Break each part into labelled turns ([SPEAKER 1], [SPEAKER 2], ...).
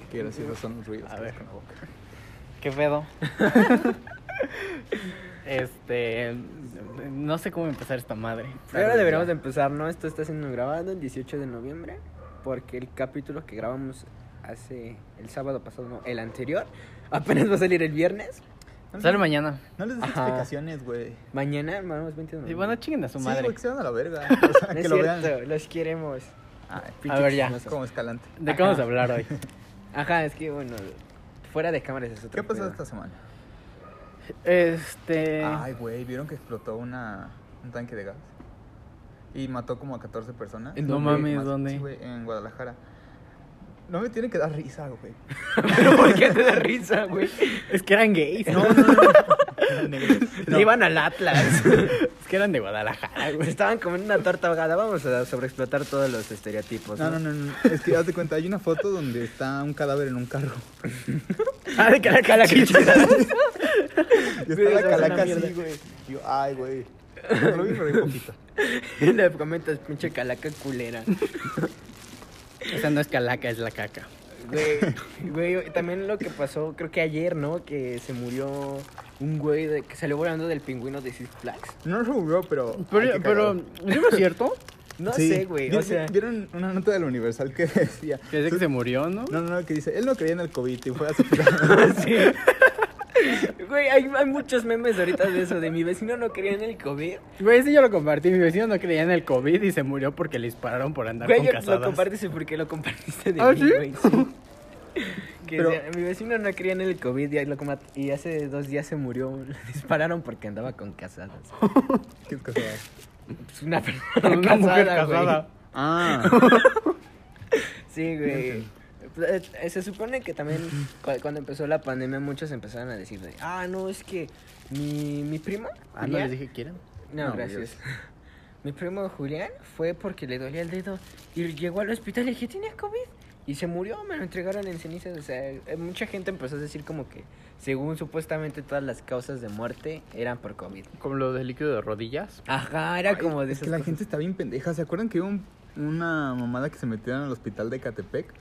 [SPEAKER 1] siquiera, si no son ruidos.
[SPEAKER 2] A
[SPEAKER 1] que
[SPEAKER 2] ver.
[SPEAKER 1] hacen con la boca.
[SPEAKER 2] ¿Qué pedo? este. No sé cómo empezar esta madre.
[SPEAKER 3] Ahora deberíamos de empezar, ¿no? Esto está siendo grabado el 18 de noviembre, porque el capítulo que grabamos hace el sábado pasado, no, el anterior, apenas va a salir el viernes.
[SPEAKER 1] No
[SPEAKER 2] Sale
[SPEAKER 1] les-
[SPEAKER 2] mañana.
[SPEAKER 1] No les des
[SPEAKER 3] Ajá.
[SPEAKER 1] explicaciones, güey.
[SPEAKER 3] Mañana, hermano, es 20 de
[SPEAKER 2] Y
[SPEAKER 3] noviembre.
[SPEAKER 2] bueno, chinguen a su
[SPEAKER 1] Sí,
[SPEAKER 2] madre.
[SPEAKER 1] güey, que se van a la verga. O sea,
[SPEAKER 3] No
[SPEAKER 1] Ah, que
[SPEAKER 3] es
[SPEAKER 1] lo
[SPEAKER 3] cierto,
[SPEAKER 1] vean.
[SPEAKER 3] los queremos.
[SPEAKER 1] Ay,
[SPEAKER 2] A ver, ya.
[SPEAKER 1] Es como escalante.
[SPEAKER 2] ¿De qué vamos a
[SPEAKER 3] Ajá.
[SPEAKER 2] hablar hoy?
[SPEAKER 3] Ajá, es que bueno, fuera de cámaras es otro
[SPEAKER 1] ¿Qué pasó
[SPEAKER 3] pedo.
[SPEAKER 1] esta semana?
[SPEAKER 2] Este.
[SPEAKER 1] Ay, güey, ¿vieron que explotó una, un tanque de gas? Y mató como a 14 personas.
[SPEAKER 2] ¿En No dónde? mames, ¿dónde?
[SPEAKER 1] Sí, güey, en Guadalajara. No me tiene que dar risa, güey.
[SPEAKER 3] ¿Pero por qué te da risa, güey?
[SPEAKER 2] Es que eran gays.
[SPEAKER 1] No, no, no. Negros.
[SPEAKER 3] No. Iban al Atlas.
[SPEAKER 2] Es que eran de Guadalajara,
[SPEAKER 3] Se
[SPEAKER 2] güey.
[SPEAKER 3] Estaban comiendo una torta ahogada. Vamos a sobreexplotar todos los estereotipos.
[SPEAKER 1] No, no, no, no. Es que haz de cuenta, hay una foto donde está un cadáver en un carro.
[SPEAKER 2] Ah, de Caracas, la chichita.
[SPEAKER 1] Y está la
[SPEAKER 3] Güey, esa es una
[SPEAKER 1] calaca así,
[SPEAKER 3] mierda.
[SPEAKER 1] güey. Y Yo, ay, güey. No lo vi, pero un poquito.
[SPEAKER 3] Le comentas, pinche calaca culera.
[SPEAKER 2] Esa no es calaca, es la caca.
[SPEAKER 3] Güey, güey, también lo que pasó, creo que ayer, ¿no? Que se murió un güey de- que salió volando del pingüino de Six Flags.
[SPEAKER 1] No se murió, pero. ay,
[SPEAKER 2] Pero,
[SPEAKER 1] qué
[SPEAKER 2] pero
[SPEAKER 1] cagado.
[SPEAKER 2] ¿sí no es cierto?
[SPEAKER 3] No
[SPEAKER 1] Sí.
[SPEAKER 3] sé, güey. O
[SPEAKER 1] ¿Vieron-
[SPEAKER 3] sea,
[SPEAKER 1] Vieron una nota del Universal que decía.
[SPEAKER 2] Que dice que se murió, ¿no?
[SPEAKER 1] No, no, no, que dice, él no creía en el COVID y fue a su
[SPEAKER 3] güey, hay, hay muchos memes ahorita de eso. De mi vecino no creía en el COVID.
[SPEAKER 2] Güey, sí, yo lo compartí. Mi vecino no creía en el COVID y se murió porque le dispararon por andar
[SPEAKER 3] Güey,
[SPEAKER 2] con
[SPEAKER 3] yo-
[SPEAKER 2] casadas.
[SPEAKER 3] lo compartiste porque lo compartiste de
[SPEAKER 2] ¿Ah,
[SPEAKER 3] mí,
[SPEAKER 2] sí?
[SPEAKER 3] güey, sí. Que
[SPEAKER 1] Pero-
[SPEAKER 3] decía, mi vecino no creía en el COVID y, ahí lo coma- y hace dos días se murió. Le dispararon porque andaba con casadas.
[SPEAKER 1] ¿Qué cosa?
[SPEAKER 3] Pues una persona
[SPEAKER 2] Con una mujer
[SPEAKER 3] casada, güey.
[SPEAKER 2] casada.
[SPEAKER 1] Ah.
[SPEAKER 3] Sí, güey. Pues, eh, Se supone que también cu- cuando empezó la pandemia muchos empezaron a decir, de, ah, no, es que mi, mi primo,
[SPEAKER 2] Ah, no
[SPEAKER 3] Julián-
[SPEAKER 2] les dije quieren.
[SPEAKER 3] No,
[SPEAKER 1] No,
[SPEAKER 3] gracias. Mi primo Julián fue porque le dolía el dedo y llegó al hospital y dije, tenía COVID. Y se murió, me lo entregaron en cenizas. O sea, eh, mucha gente empezó a decir como que, según supuestamente todas las causas de muerte eran por COVID.
[SPEAKER 2] Como lo del líquido de rodillas.
[SPEAKER 3] Ajá, era como de
[SPEAKER 1] Es que
[SPEAKER 3] esas
[SPEAKER 1] la
[SPEAKER 3] cosas.
[SPEAKER 1] gente está bien pendeja. ¿Se acuerdan que hubo un- una mamada que se metieron al hospital de Catepec?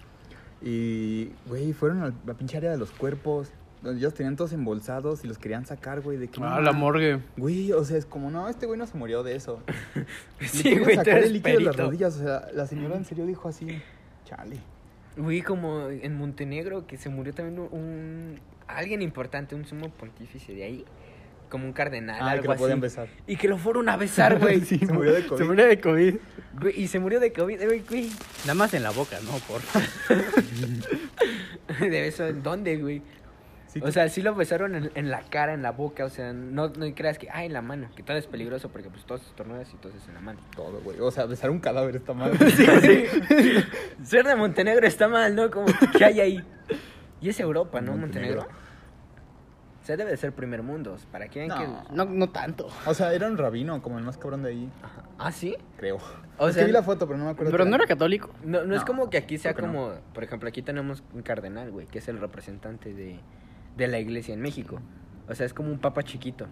[SPEAKER 1] Y, güey, fueron a la pinche área de los cuerpos. donde Ellos tenían todos embolsados y los querían sacar, güey. De que, no
[SPEAKER 2] Ah, la
[SPEAKER 1] mames.
[SPEAKER 2] morgue.
[SPEAKER 1] Güey, o sea, es como, no, este güey no se murió de eso. Le
[SPEAKER 3] Sí,
[SPEAKER 1] quieren
[SPEAKER 3] güey, tú
[SPEAKER 1] sacar
[SPEAKER 3] eres
[SPEAKER 1] el líquido de las
[SPEAKER 3] perito.
[SPEAKER 1] rodillas. O sea, la señora en serio dijo así, chale.
[SPEAKER 3] Güey, como en Montenegro, que se murió también un... Alguien importante, un sumo pontífice de ahí. Como un cardenal,
[SPEAKER 1] Ah,
[SPEAKER 3] algo
[SPEAKER 1] que lo podían
[SPEAKER 3] así.
[SPEAKER 1] besar.
[SPEAKER 3] Y que lo fueron a besar, güey.
[SPEAKER 1] Sí, se murió de COVID.
[SPEAKER 2] Se murió de COVID.
[SPEAKER 3] Güey, Y se murió de COVID, eh, güey, güey.
[SPEAKER 2] Nada más en la boca, ¿no? Por...
[SPEAKER 3] ¿De eso en dónde, güey?
[SPEAKER 1] Sí,
[SPEAKER 3] O sea, sí lo besaron en, en la cara, en la boca, o sea, no, no creas que, ah, en la mano, que todo es peligroso porque pues todos estornudas y todo es en la mano.
[SPEAKER 1] todo, güey. O sea, besar un cadáver está mal.
[SPEAKER 3] Ser de Montenegro está mal, ¿no? Como, ¿qué hay ahí? Y es Europa, ¿no? Montenegro.
[SPEAKER 1] Montenegro.
[SPEAKER 3] O sea, debe de ser primer mundo, para que vean
[SPEAKER 1] No.
[SPEAKER 3] que...
[SPEAKER 2] No, no tanto.
[SPEAKER 1] O sea, era un rabino, como el más cabrón de ahí,
[SPEAKER 3] ¿Ah, sí?
[SPEAKER 1] creo. O
[SPEAKER 3] O sea,
[SPEAKER 1] sea, vi la foto, pero no me acuerdo.
[SPEAKER 2] Pero
[SPEAKER 1] qué
[SPEAKER 2] no era católico.
[SPEAKER 3] No, no, es
[SPEAKER 1] No,
[SPEAKER 3] como que aquí sea
[SPEAKER 1] creo que
[SPEAKER 3] como, por ejemplo, aquí tenemos un cardenal, güey, que es el representante de, de la iglesia en México. O sea, es como un papa chiquito.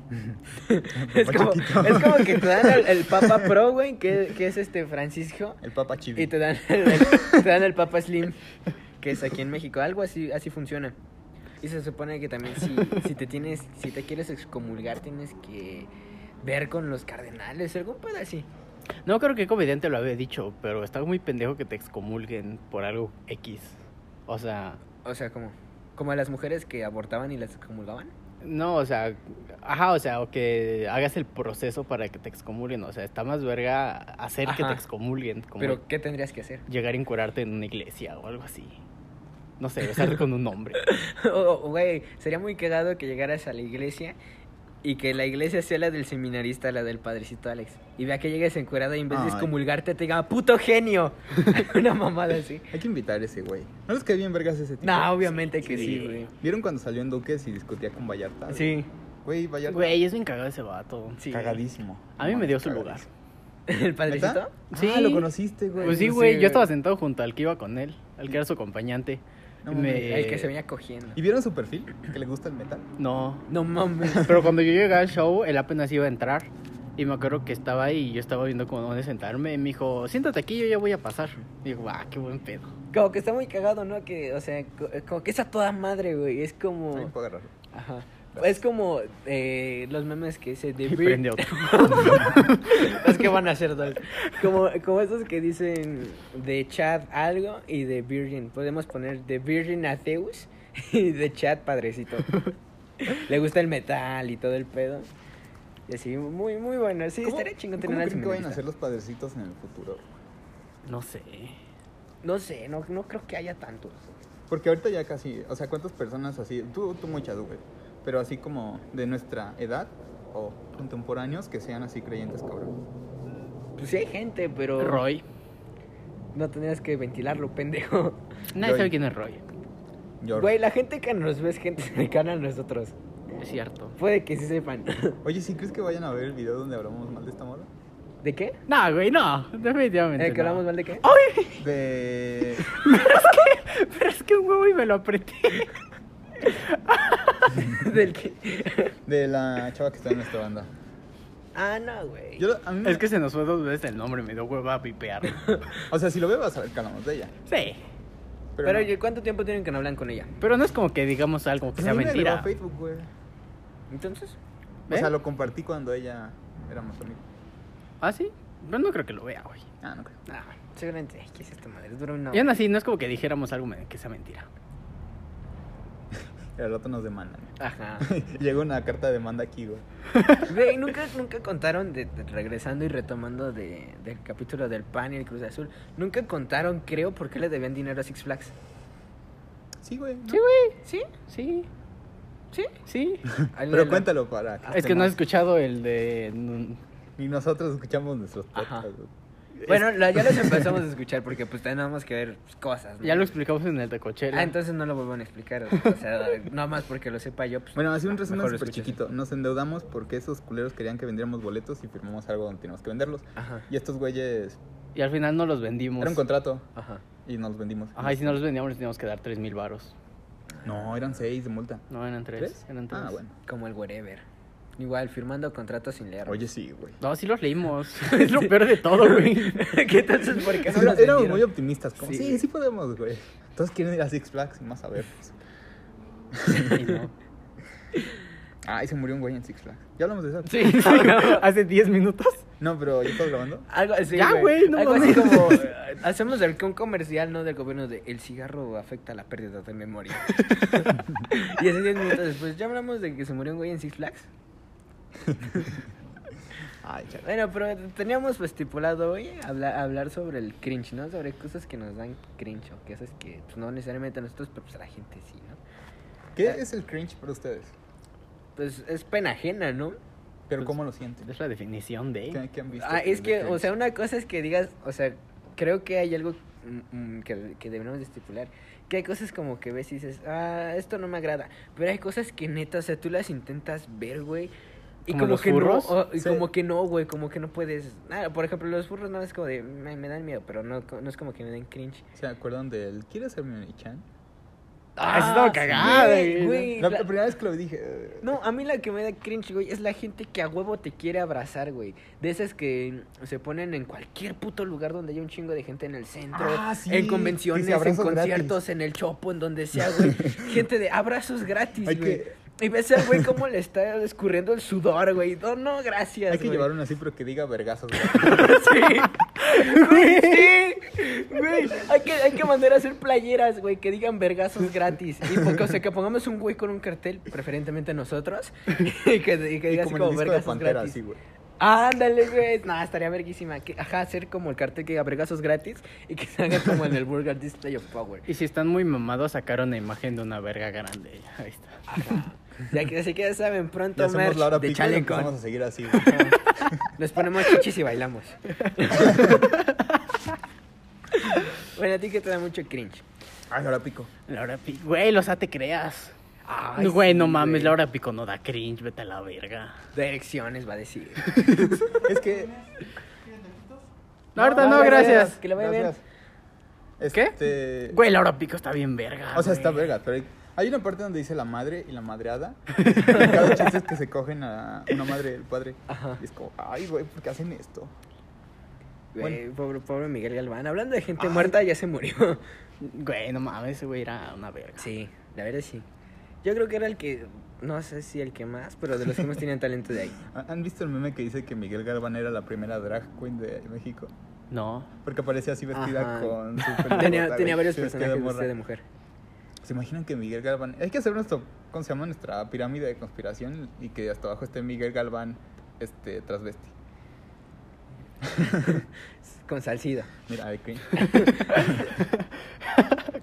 [SPEAKER 3] es, como,
[SPEAKER 1] chiquito.
[SPEAKER 3] es como que te dan el, el papa pro, güey, que, que es este Francisco,
[SPEAKER 1] El Papa Chibi.
[SPEAKER 3] y te dan el, el- te dan el papa slim, que es aquí en México. Algo así, así funciona. Y se supone que también si, si te tienes, si te quieres excomulgar, tienes que ver con los cardenales, algo para así.
[SPEAKER 2] No creo que comediante lo había dicho, pero está muy pendejo que te excomulguen por algo X. O sea,
[SPEAKER 3] O sea, como, como a las mujeres que abortaban y las excomulgaban.
[SPEAKER 2] no, o sea, ajá, o sea, o que hagas el proceso para que te excomulguen. O sea, está más verga hacer que te
[SPEAKER 3] Ajá.
[SPEAKER 2] excomulguen. Como
[SPEAKER 3] Pero, ¿qué tendrías que hacer?
[SPEAKER 2] llegar a incurarte en una iglesia o algo así. No sé, besarte con un hombre.
[SPEAKER 3] O- o, Güey, sería muy cagado que llegaras a la iglesia y que la iglesia sea la del seminarista, la del padrecito Alex. Y vea que llegues encuerada y en vez de
[SPEAKER 1] Ay.
[SPEAKER 3] excomulgarte te diga, puto genio. Una mamada así.
[SPEAKER 1] Hay que invitar a ese güey. ¿No les cae bien vergas ese tipo?
[SPEAKER 3] No, obviamente que sí,
[SPEAKER 2] Sí.
[SPEAKER 3] güey.
[SPEAKER 1] ¿Vieron cuando salió en Duques y discutía con Vallarta?
[SPEAKER 3] Sí,
[SPEAKER 1] Güey, Vallarta.
[SPEAKER 2] Güey, es bien cagado ese vato.
[SPEAKER 3] sí.
[SPEAKER 1] Cagadísimo.
[SPEAKER 2] A mí me dio su lugar.
[SPEAKER 1] Cagadísimo.
[SPEAKER 3] ¿El padrecito?
[SPEAKER 1] ¿Neta?
[SPEAKER 2] Sí.
[SPEAKER 1] Ah, lo conociste, güey.
[SPEAKER 2] Pues sí,
[SPEAKER 3] sí,
[SPEAKER 2] güey,
[SPEAKER 3] güey.
[SPEAKER 2] yo estaba sentado junto al que iba con él, al que era su acompañante.
[SPEAKER 1] No
[SPEAKER 2] Y
[SPEAKER 1] mames.
[SPEAKER 3] El que se venía cogiendo.
[SPEAKER 1] ¿Y vieron su perfil? Que le gusta el metal.
[SPEAKER 2] No.
[SPEAKER 3] No mames.
[SPEAKER 2] Pero cuando yo llegué al show, él apenas iba a entrar. Y me acuerdo que estaba ahí y yo estaba viendo como dónde sentarme. Y me dijo, siéntate aquí, yo ya voy a pasar. Y digo, ah, qué buen pedo.
[SPEAKER 3] Como que está muy cagado, ¿no? Que, o sea, co- como que es a toda madre, güey. Es
[SPEAKER 1] Ahí
[SPEAKER 3] como.
[SPEAKER 1] puedo agarrarlo.
[SPEAKER 3] Ajá. Es como eh, los memes que dice The
[SPEAKER 2] Y
[SPEAKER 3] Bear-
[SPEAKER 2] prende otro.
[SPEAKER 3] es que van a hacer dos. Como, como esos que dicen de Chad algo y de Virgin. Podemos poner de Virgin a Zeus y de Chad padrecito. Le gusta el metal y todo el pedo. Y así, muy, muy bueno. Sí,
[SPEAKER 1] ¿Cómo-
[SPEAKER 3] estaría chingón
[SPEAKER 1] ¿Cómo
[SPEAKER 3] tener
[SPEAKER 1] creen que vayan a
[SPEAKER 3] hacer
[SPEAKER 1] hacer los padrecitos en el futuro?
[SPEAKER 2] No sé.
[SPEAKER 3] No sé, no, no creo que haya tantos.
[SPEAKER 1] Porque ahorita ya casi, o sea, ¿cuántas personas así? Tú, tú muchas, güey. Pero así como de nuestra edad o contemporáneos que sean así creyentes, cabrón.
[SPEAKER 3] Pues sí hay gente, pero
[SPEAKER 2] Roy.
[SPEAKER 3] no tendrías que ventilarlo, pendejo.
[SPEAKER 2] Nadie
[SPEAKER 1] Roy.
[SPEAKER 2] sabe quién es Roy.
[SPEAKER 1] Yo-
[SPEAKER 3] Güey, la gente que nos ve es gente cercana a nosotros.
[SPEAKER 2] Es cierto.
[SPEAKER 3] Puede que sí sepan.
[SPEAKER 1] Oye, ¿sí crees que vayan a ver el video donde hablamos mal de esta moda?
[SPEAKER 3] ¿De qué?
[SPEAKER 2] No, güey, no. Definitivamente.
[SPEAKER 3] ¿El que
[SPEAKER 2] no.
[SPEAKER 3] hablamos mal de qué?
[SPEAKER 1] De...
[SPEAKER 2] Pero es que un huevo y me lo apreté.
[SPEAKER 3] ¿Del qué?
[SPEAKER 1] De la chava que está en nuestra banda.
[SPEAKER 3] Ah, no, güey.
[SPEAKER 1] Yo, a mí,
[SPEAKER 2] Es que se nos fue dos veces el nombre, me dio hueva a pipear.
[SPEAKER 1] O sea, si lo veo vas a ver que hablamos de ella.
[SPEAKER 2] Sí.
[SPEAKER 1] Pero,
[SPEAKER 3] Pero,
[SPEAKER 1] no.
[SPEAKER 3] oye, ¿cuánto tiempo tienen que no hablan con ella?
[SPEAKER 2] Pero no es como que digamos algo que
[SPEAKER 1] Pues
[SPEAKER 2] sea
[SPEAKER 1] a mí me agregó
[SPEAKER 2] mentira.
[SPEAKER 1] a Facebook, güey.
[SPEAKER 3] Entonces,
[SPEAKER 1] O
[SPEAKER 2] ¿Eh?
[SPEAKER 1] sea, lo compartí cuando ella éramos amigos.
[SPEAKER 2] ¿Ah, sí? Pero no creo que lo vea, güey.
[SPEAKER 1] Ah, no creo.
[SPEAKER 3] ah, bueno, seguramente, ay, ¿qué es esta madre? Dura una
[SPEAKER 2] Y aún así, no es como que dijéramos algo me- que sea mentira.
[SPEAKER 1] Pero al rato nos demandan.
[SPEAKER 3] Ajá.
[SPEAKER 1] Llega una carta de demanda aquí, güey.
[SPEAKER 3] Güey, ¿nunca, nunca contaron, de, de- regresando y retomando de, del capítulo del PAN y el Cruz Azul, nunca contaron, creo, por qué le debían dinero a Six Flags.
[SPEAKER 1] Sí, güey. ¿no?
[SPEAKER 2] Sí, güey.
[SPEAKER 3] ¿Sí?
[SPEAKER 2] Sí.
[SPEAKER 3] ¿Sí?
[SPEAKER 2] Sí.
[SPEAKER 1] Pero cuéntalo para.
[SPEAKER 2] es que no
[SPEAKER 1] estemos-
[SPEAKER 2] has escuchado el de.
[SPEAKER 1] Y nosotros escuchamos nuestros
[SPEAKER 3] Ajá.
[SPEAKER 1] podcasts, güey.
[SPEAKER 3] Bueno, la- ya los empezamos a escuchar porque pues tenemos que ver pues, cosas, ¿no?
[SPEAKER 2] Ya lo explicamos en el de cochera.
[SPEAKER 3] Ah, entonces no lo vuelvan a explicar. O sea, nada más porque lo sepa yo. Pues,
[SPEAKER 1] Bueno, así un resumen
[SPEAKER 3] mejor lo
[SPEAKER 1] súper
[SPEAKER 3] escuchas.
[SPEAKER 1] chiquito. Nos endeudamos porque esos culeros querían que vendiéramos boletos y firmamos algo donde teníamos que venderlos.
[SPEAKER 3] Ajá,
[SPEAKER 1] Y estos güeyes.
[SPEAKER 2] Y al final no los vendimos.
[SPEAKER 1] Era un contrato
[SPEAKER 3] ajá.
[SPEAKER 1] y nos los vendimos.
[SPEAKER 2] Ajá, y si no los vendíamos, les teníamos que dar 3 mil varos.
[SPEAKER 1] No, eran seis de multa.
[SPEAKER 2] No, eran 3.
[SPEAKER 1] ¿Tres?
[SPEAKER 2] Eran 3.
[SPEAKER 1] Ah, bueno.
[SPEAKER 3] Como el wherever. Igual, firmando contratos sin leer.
[SPEAKER 1] Oye, sí, güey.
[SPEAKER 2] No, sí los leímos. es lo peor de todo, güey.
[SPEAKER 3] ¿Qué entonces por qué no
[SPEAKER 1] Era-
[SPEAKER 3] nos
[SPEAKER 1] éramos
[SPEAKER 3] vendieron?
[SPEAKER 1] muy optimistas. Como,
[SPEAKER 3] Sí,
[SPEAKER 1] sí, sí,
[SPEAKER 3] güey.
[SPEAKER 1] podemos, güey. Todos quieren ir a Six Flags y más a ver. pues.
[SPEAKER 2] Sí, no.
[SPEAKER 1] Ay, Ah, se murió un güey en Six Flags. Ya hablamos de eso.
[SPEAKER 2] Sí, sí, hace 10 minutos.
[SPEAKER 1] No, pero ¿ya estás grabando?
[SPEAKER 3] Algo así,
[SPEAKER 2] Ya, güey, no
[SPEAKER 3] Algo así
[SPEAKER 2] mames.
[SPEAKER 3] como... eh, Hacemos el, un comercial, ¿no? Del gobierno de... El cigarro afecta la pérdida de memoria. y hace 10 minutos después, ¿ya hablamos de que se murió un güey en Six Flags?
[SPEAKER 1] Ay, chale.
[SPEAKER 3] Bueno, pero teníamos pues estipulado hoy habla- hablar sobre el cringe, ¿no? Sobre cosas que nos dan cringe o cosas que pues, no necesariamente a nosotros, pero pues a la gente sí, ¿no?
[SPEAKER 1] ¿Qué
[SPEAKER 3] Ah.
[SPEAKER 1] es el cringe para ustedes?
[SPEAKER 3] Pues es pena ajena, ¿no?
[SPEAKER 1] ¿Pero cómo lo sienten?
[SPEAKER 2] Es la definición de.
[SPEAKER 1] ¿Qué, qué han visto?
[SPEAKER 3] Pues, Ah, es que, o
[SPEAKER 1] cringe?
[SPEAKER 3] sea, una cosa es que digas, o sea, creo que hay algo mm, mm, que, que deberíamos de estipular. Que hay cosas como que ves y dices, ah, esto no me agrada. Pero hay cosas que neta, o sea, tú las intentas ver, güey. Y
[SPEAKER 2] ¿Como
[SPEAKER 3] como,
[SPEAKER 2] los
[SPEAKER 3] que no,
[SPEAKER 2] furros?
[SPEAKER 3] o- y
[SPEAKER 1] Sí.
[SPEAKER 3] como que no, güey, como que no puedes. Nada, por ejemplo, los furros no es como de, me, me dan miedo, pero no, co- no es como que me den cringe.
[SPEAKER 1] ¿Se acuerdan del ¿Quieres ser mi Oni-chan?
[SPEAKER 2] Ah, sí estaba
[SPEAKER 3] sí,
[SPEAKER 2] cagada,
[SPEAKER 3] güey,
[SPEAKER 2] güey.
[SPEAKER 3] güey,
[SPEAKER 1] La,
[SPEAKER 3] la-
[SPEAKER 1] la primera vez que lo dije. eh,
[SPEAKER 3] No, a mí la que me da cringe, güey, es la gente que a huevo te quiere abrazar, güey. De esas que se ponen en cualquier puto lugar donde haya un chingo de gente en el centro,
[SPEAKER 1] Ah, sí,
[SPEAKER 3] en
[SPEAKER 1] que
[SPEAKER 3] convenciones,
[SPEAKER 1] se
[SPEAKER 3] en
[SPEAKER 1] abrazos
[SPEAKER 3] conciertos, en el chopo, en donde sea, güey. gente de abrazos gratis,
[SPEAKER 1] Hay
[SPEAKER 3] güey.
[SPEAKER 1] que-
[SPEAKER 3] Y ves al güey cómo le está escurriendo el sudor, güey. No, no, gracias,
[SPEAKER 1] Hay que
[SPEAKER 3] güey.
[SPEAKER 1] llevar una así, pero que diga vergazos. güey.
[SPEAKER 3] Sí. Güey, sí. Güey, hay que, hay que mandar a hacer playeras, güey, que digan vergazos gratis. Y porque, o sea, que pongamos un güey con un cartel, preferentemente nosotros, y que, y que
[SPEAKER 1] Y
[SPEAKER 3] diga así
[SPEAKER 1] como en el disco
[SPEAKER 3] como
[SPEAKER 1] de
[SPEAKER 3] vergazos
[SPEAKER 1] Pantera,
[SPEAKER 3] gratis.
[SPEAKER 1] así, güey.
[SPEAKER 3] Ándale, güey. No, estaría verguísima. Que, ajá, hacer como el cartel que diga vergazos gratis y que se haga como en el Burger Display of Power.
[SPEAKER 2] Y si están muy mamados, sacaron una imagen de una verga grande. Ahí está.
[SPEAKER 3] Ya que, así que ya saben, pronto
[SPEAKER 1] Ya somos
[SPEAKER 3] merch
[SPEAKER 1] Laura
[SPEAKER 3] de
[SPEAKER 1] Pico y empezamos
[SPEAKER 3] Chalecón.
[SPEAKER 1] a seguir así, güey.
[SPEAKER 3] Nos ponemos chichis y bailamos. bueno, a ti que te da mucho cringe.
[SPEAKER 1] Ay, Laura Pico.
[SPEAKER 2] Laura Pico. Güey, los A te creas.
[SPEAKER 3] Ay,
[SPEAKER 2] güey, no
[SPEAKER 3] sí,
[SPEAKER 2] mames,
[SPEAKER 3] güey.
[SPEAKER 2] Laura Pico no da cringe, vete a la verga.
[SPEAKER 3] De elecciones va a decir.
[SPEAKER 1] Es que...
[SPEAKER 2] No, ahorita no,
[SPEAKER 3] no,
[SPEAKER 2] gracias.
[SPEAKER 3] que le vaya bien.
[SPEAKER 2] ¿Qué?
[SPEAKER 1] Este...
[SPEAKER 2] Güey, Laura Pico está bien verga.
[SPEAKER 1] O sea,
[SPEAKER 2] güey.
[SPEAKER 3] Ah,
[SPEAKER 1] está verga, pero hay, hay una parte donde dice la madre y la madreada. Y cada chiste es que se cogen a una madre el padre.
[SPEAKER 3] Ajá.
[SPEAKER 1] Y es como, ay, güey, ¿por qué hacen esto?
[SPEAKER 3] Güey,
[SPEAKER 1] Bueno.
[SPEAKER 3] pobre, pobre Miguel Galván. Hablando de gente
[SPEAKER 1] Ay.
[SPEAKER 3] muerta, ya se murió.
[SPEAKER 2] Güey, no mames, ese güey era una verga.
[SPEAKER 3] Sí, la verdad sí. Yo creo que era el que, no sé si el que más, pero de los que más tenían talento de ahí.
[SPEAKER 1] ¿Han visto el meme que dice que Miguel Galván era la primera drag queen de México?
[SPEAKER 2] No.
[SPEAKER 1] Porque aparecía así vestida
[SPEAKER 3] Ajá.
[SPEAKER 1] con su
[SPEAKER 3] Tenía,
[SPEAKER 1] pelirroja,
[SPEAKER 3] tenía
[SPEAKER 1] güey,
[SPEAKER 3] varios
[SPEAKER 1] se vestía de
[SPEAKER 3] personajes de,
[SPEAKER 1] morra.
[SPEAKER 3] de mujer.
[SPEAKER 1] ¿Se imaginan que Miguel Galván... Hay que hacer nuestro... ¿Cómo se llama? Nuestra pirámide de conspiración y que hasta abajo esté Miguel Galván este, transvesti.
[SPEAKER 3] Con Salcido.
[SPEAKER 1] Mira, ay, cringe.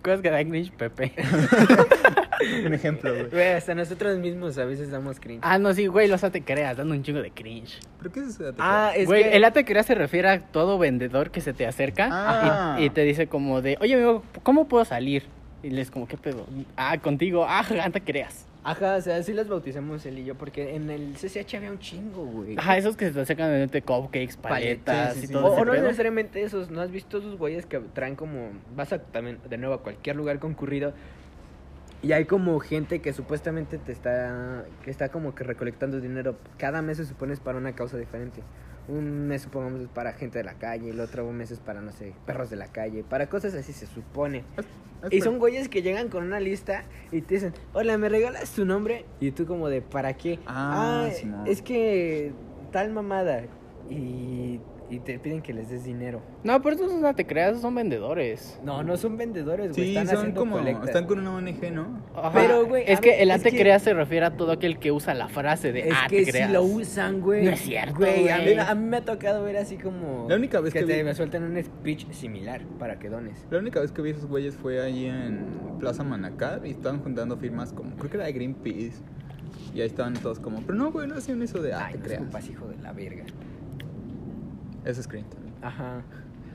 [SPEAKER 2] Cosas que da cringe, Pepe.
[SPEAKER 1] Un ejemplo, güey.
[SPEAKER 3] Güey, hasta nosotros mismos a veces damos cringe.
[SPEAKER 2] Ah, no, sí, güey, los te creas, dando un chingo de cringe.
[SPEAKER 1] ¿Pero qué es eso? de
[SPEAKER 3] Ah, es
[SPEAKER 2] güey,
[SPEAKER 3] que...
[SPEAKER 2] el ate creas se refiere a todo vendedor que se te acerca
[SPEAKER 1] Ah.
[SPEAKER 2] y, y te dice como de, oye, amigo, ¿cómo puedo salir? Y les como, ¿qué pedo? Ah, contigo, ah, te creas.
[SPEAKER 3] Ajá, o sea, así las bautizamos él y yo, porque en el CCH había un chingo, güey.
[SPEAKER 2] Ajá, esos que se te acercan de cupcakes, paletas
[SPEAKER 1] sí, sí,
[SPEAKER 2] y
[SPEAKER 1] sí.
[SPEAKER 2] todo
[SPEAKER 3] O,
[SPEAKER 2] ese
[SPEAKER 3] o no
[SPEAKER 2] pedo.
[SPEAKER 3] necesariamente esos, ¿no has visto esos güeyes que traen como, vas a también de nuevo a cualquier lugar concurrido y hay como gente que supuestamente te está, que está como que recolectando dinero, cada mes se supone es para una causa diferente. Un mes supongamos es para gente de la calle, el otro mes es para, no sé, perros de la calle, para cosas así se supone.
[SPEAKER 1] Es
[SPEAKER 3] Y
[SPEAKER 1] por-
[SPEAKER 3] son güeyes que llegan con una lista y te dicen, hola, ¿me regalas tu nombre? Y tú como de, ¿para qué?
[SPEAKER 1] Ah, Simón.
[SPEAKER 3] es que tal mamada. Y, y te piden que les des dinero.
[SPEAKER 2] No, pero esos no te creas, esos son vendedores.
[SPEAKER 3] No, no son vendedores, güey.
[SPEAKER 1] Sí,
[SPEAKER 3] están
[SPEAKER 1] son
[SPEAKER 3] haciendo
[SPEAKER 1] como...
[SPEAKER 3] colectas.
[SPEAKER 1] Están con una ONG, ¿no?
[SPEAKER 2] Ajá,
[SPEAKER 3] Pero, güey,
[SPEAKER 2] es
[SPEAKER 3] a
[SPEAKER 2] que
[SPEAKER 3] ver,
[SPEAKER 2] el
[SPEAKER 3] es
[SPEAKER 2] ate
[SPEAKER 3] que-
[SPEAKER 2] creas se refiere a todo aquel que usa la frase de,
[SPEAKER 3] Es
[SPEAKER 2] ah,
[SPEAKER 3] que
[SPEAKER 2] te creas.
[SPEAKER 3] sí lo usan, güey.
[SPEAKER 2] No es cierto,
[SPEAKER 3] A mí,
[SPEAKER 2] güey.
[SPEAKER 3] a mí me ha tocado ver así como...
[SPEAKER 1] La única vez que
[SPEAKER 3] te
[SPEAKER 1] vi-
[SPEAKER 3] me sueltan un speech similar para que dones.
[SPEAKER 1] La única vez que vi a esos güeyes fue ahí en Plaza Manacar y estaban juntando firmas como, creo que era de Greenpeace. Y ahí estaban todos como, pero no, güey, no hacían eso de, ah,
[SPEAKER 3] Ay,
[SPEAKER 1] te
[SPEAKER 3] no
[SPEAKER 1] creas.
[SPEAKER 3] escupas, hijo de la verga.
[SPEAKER 1] Eso es cringe también.
[SPEAKER 3] Ajá.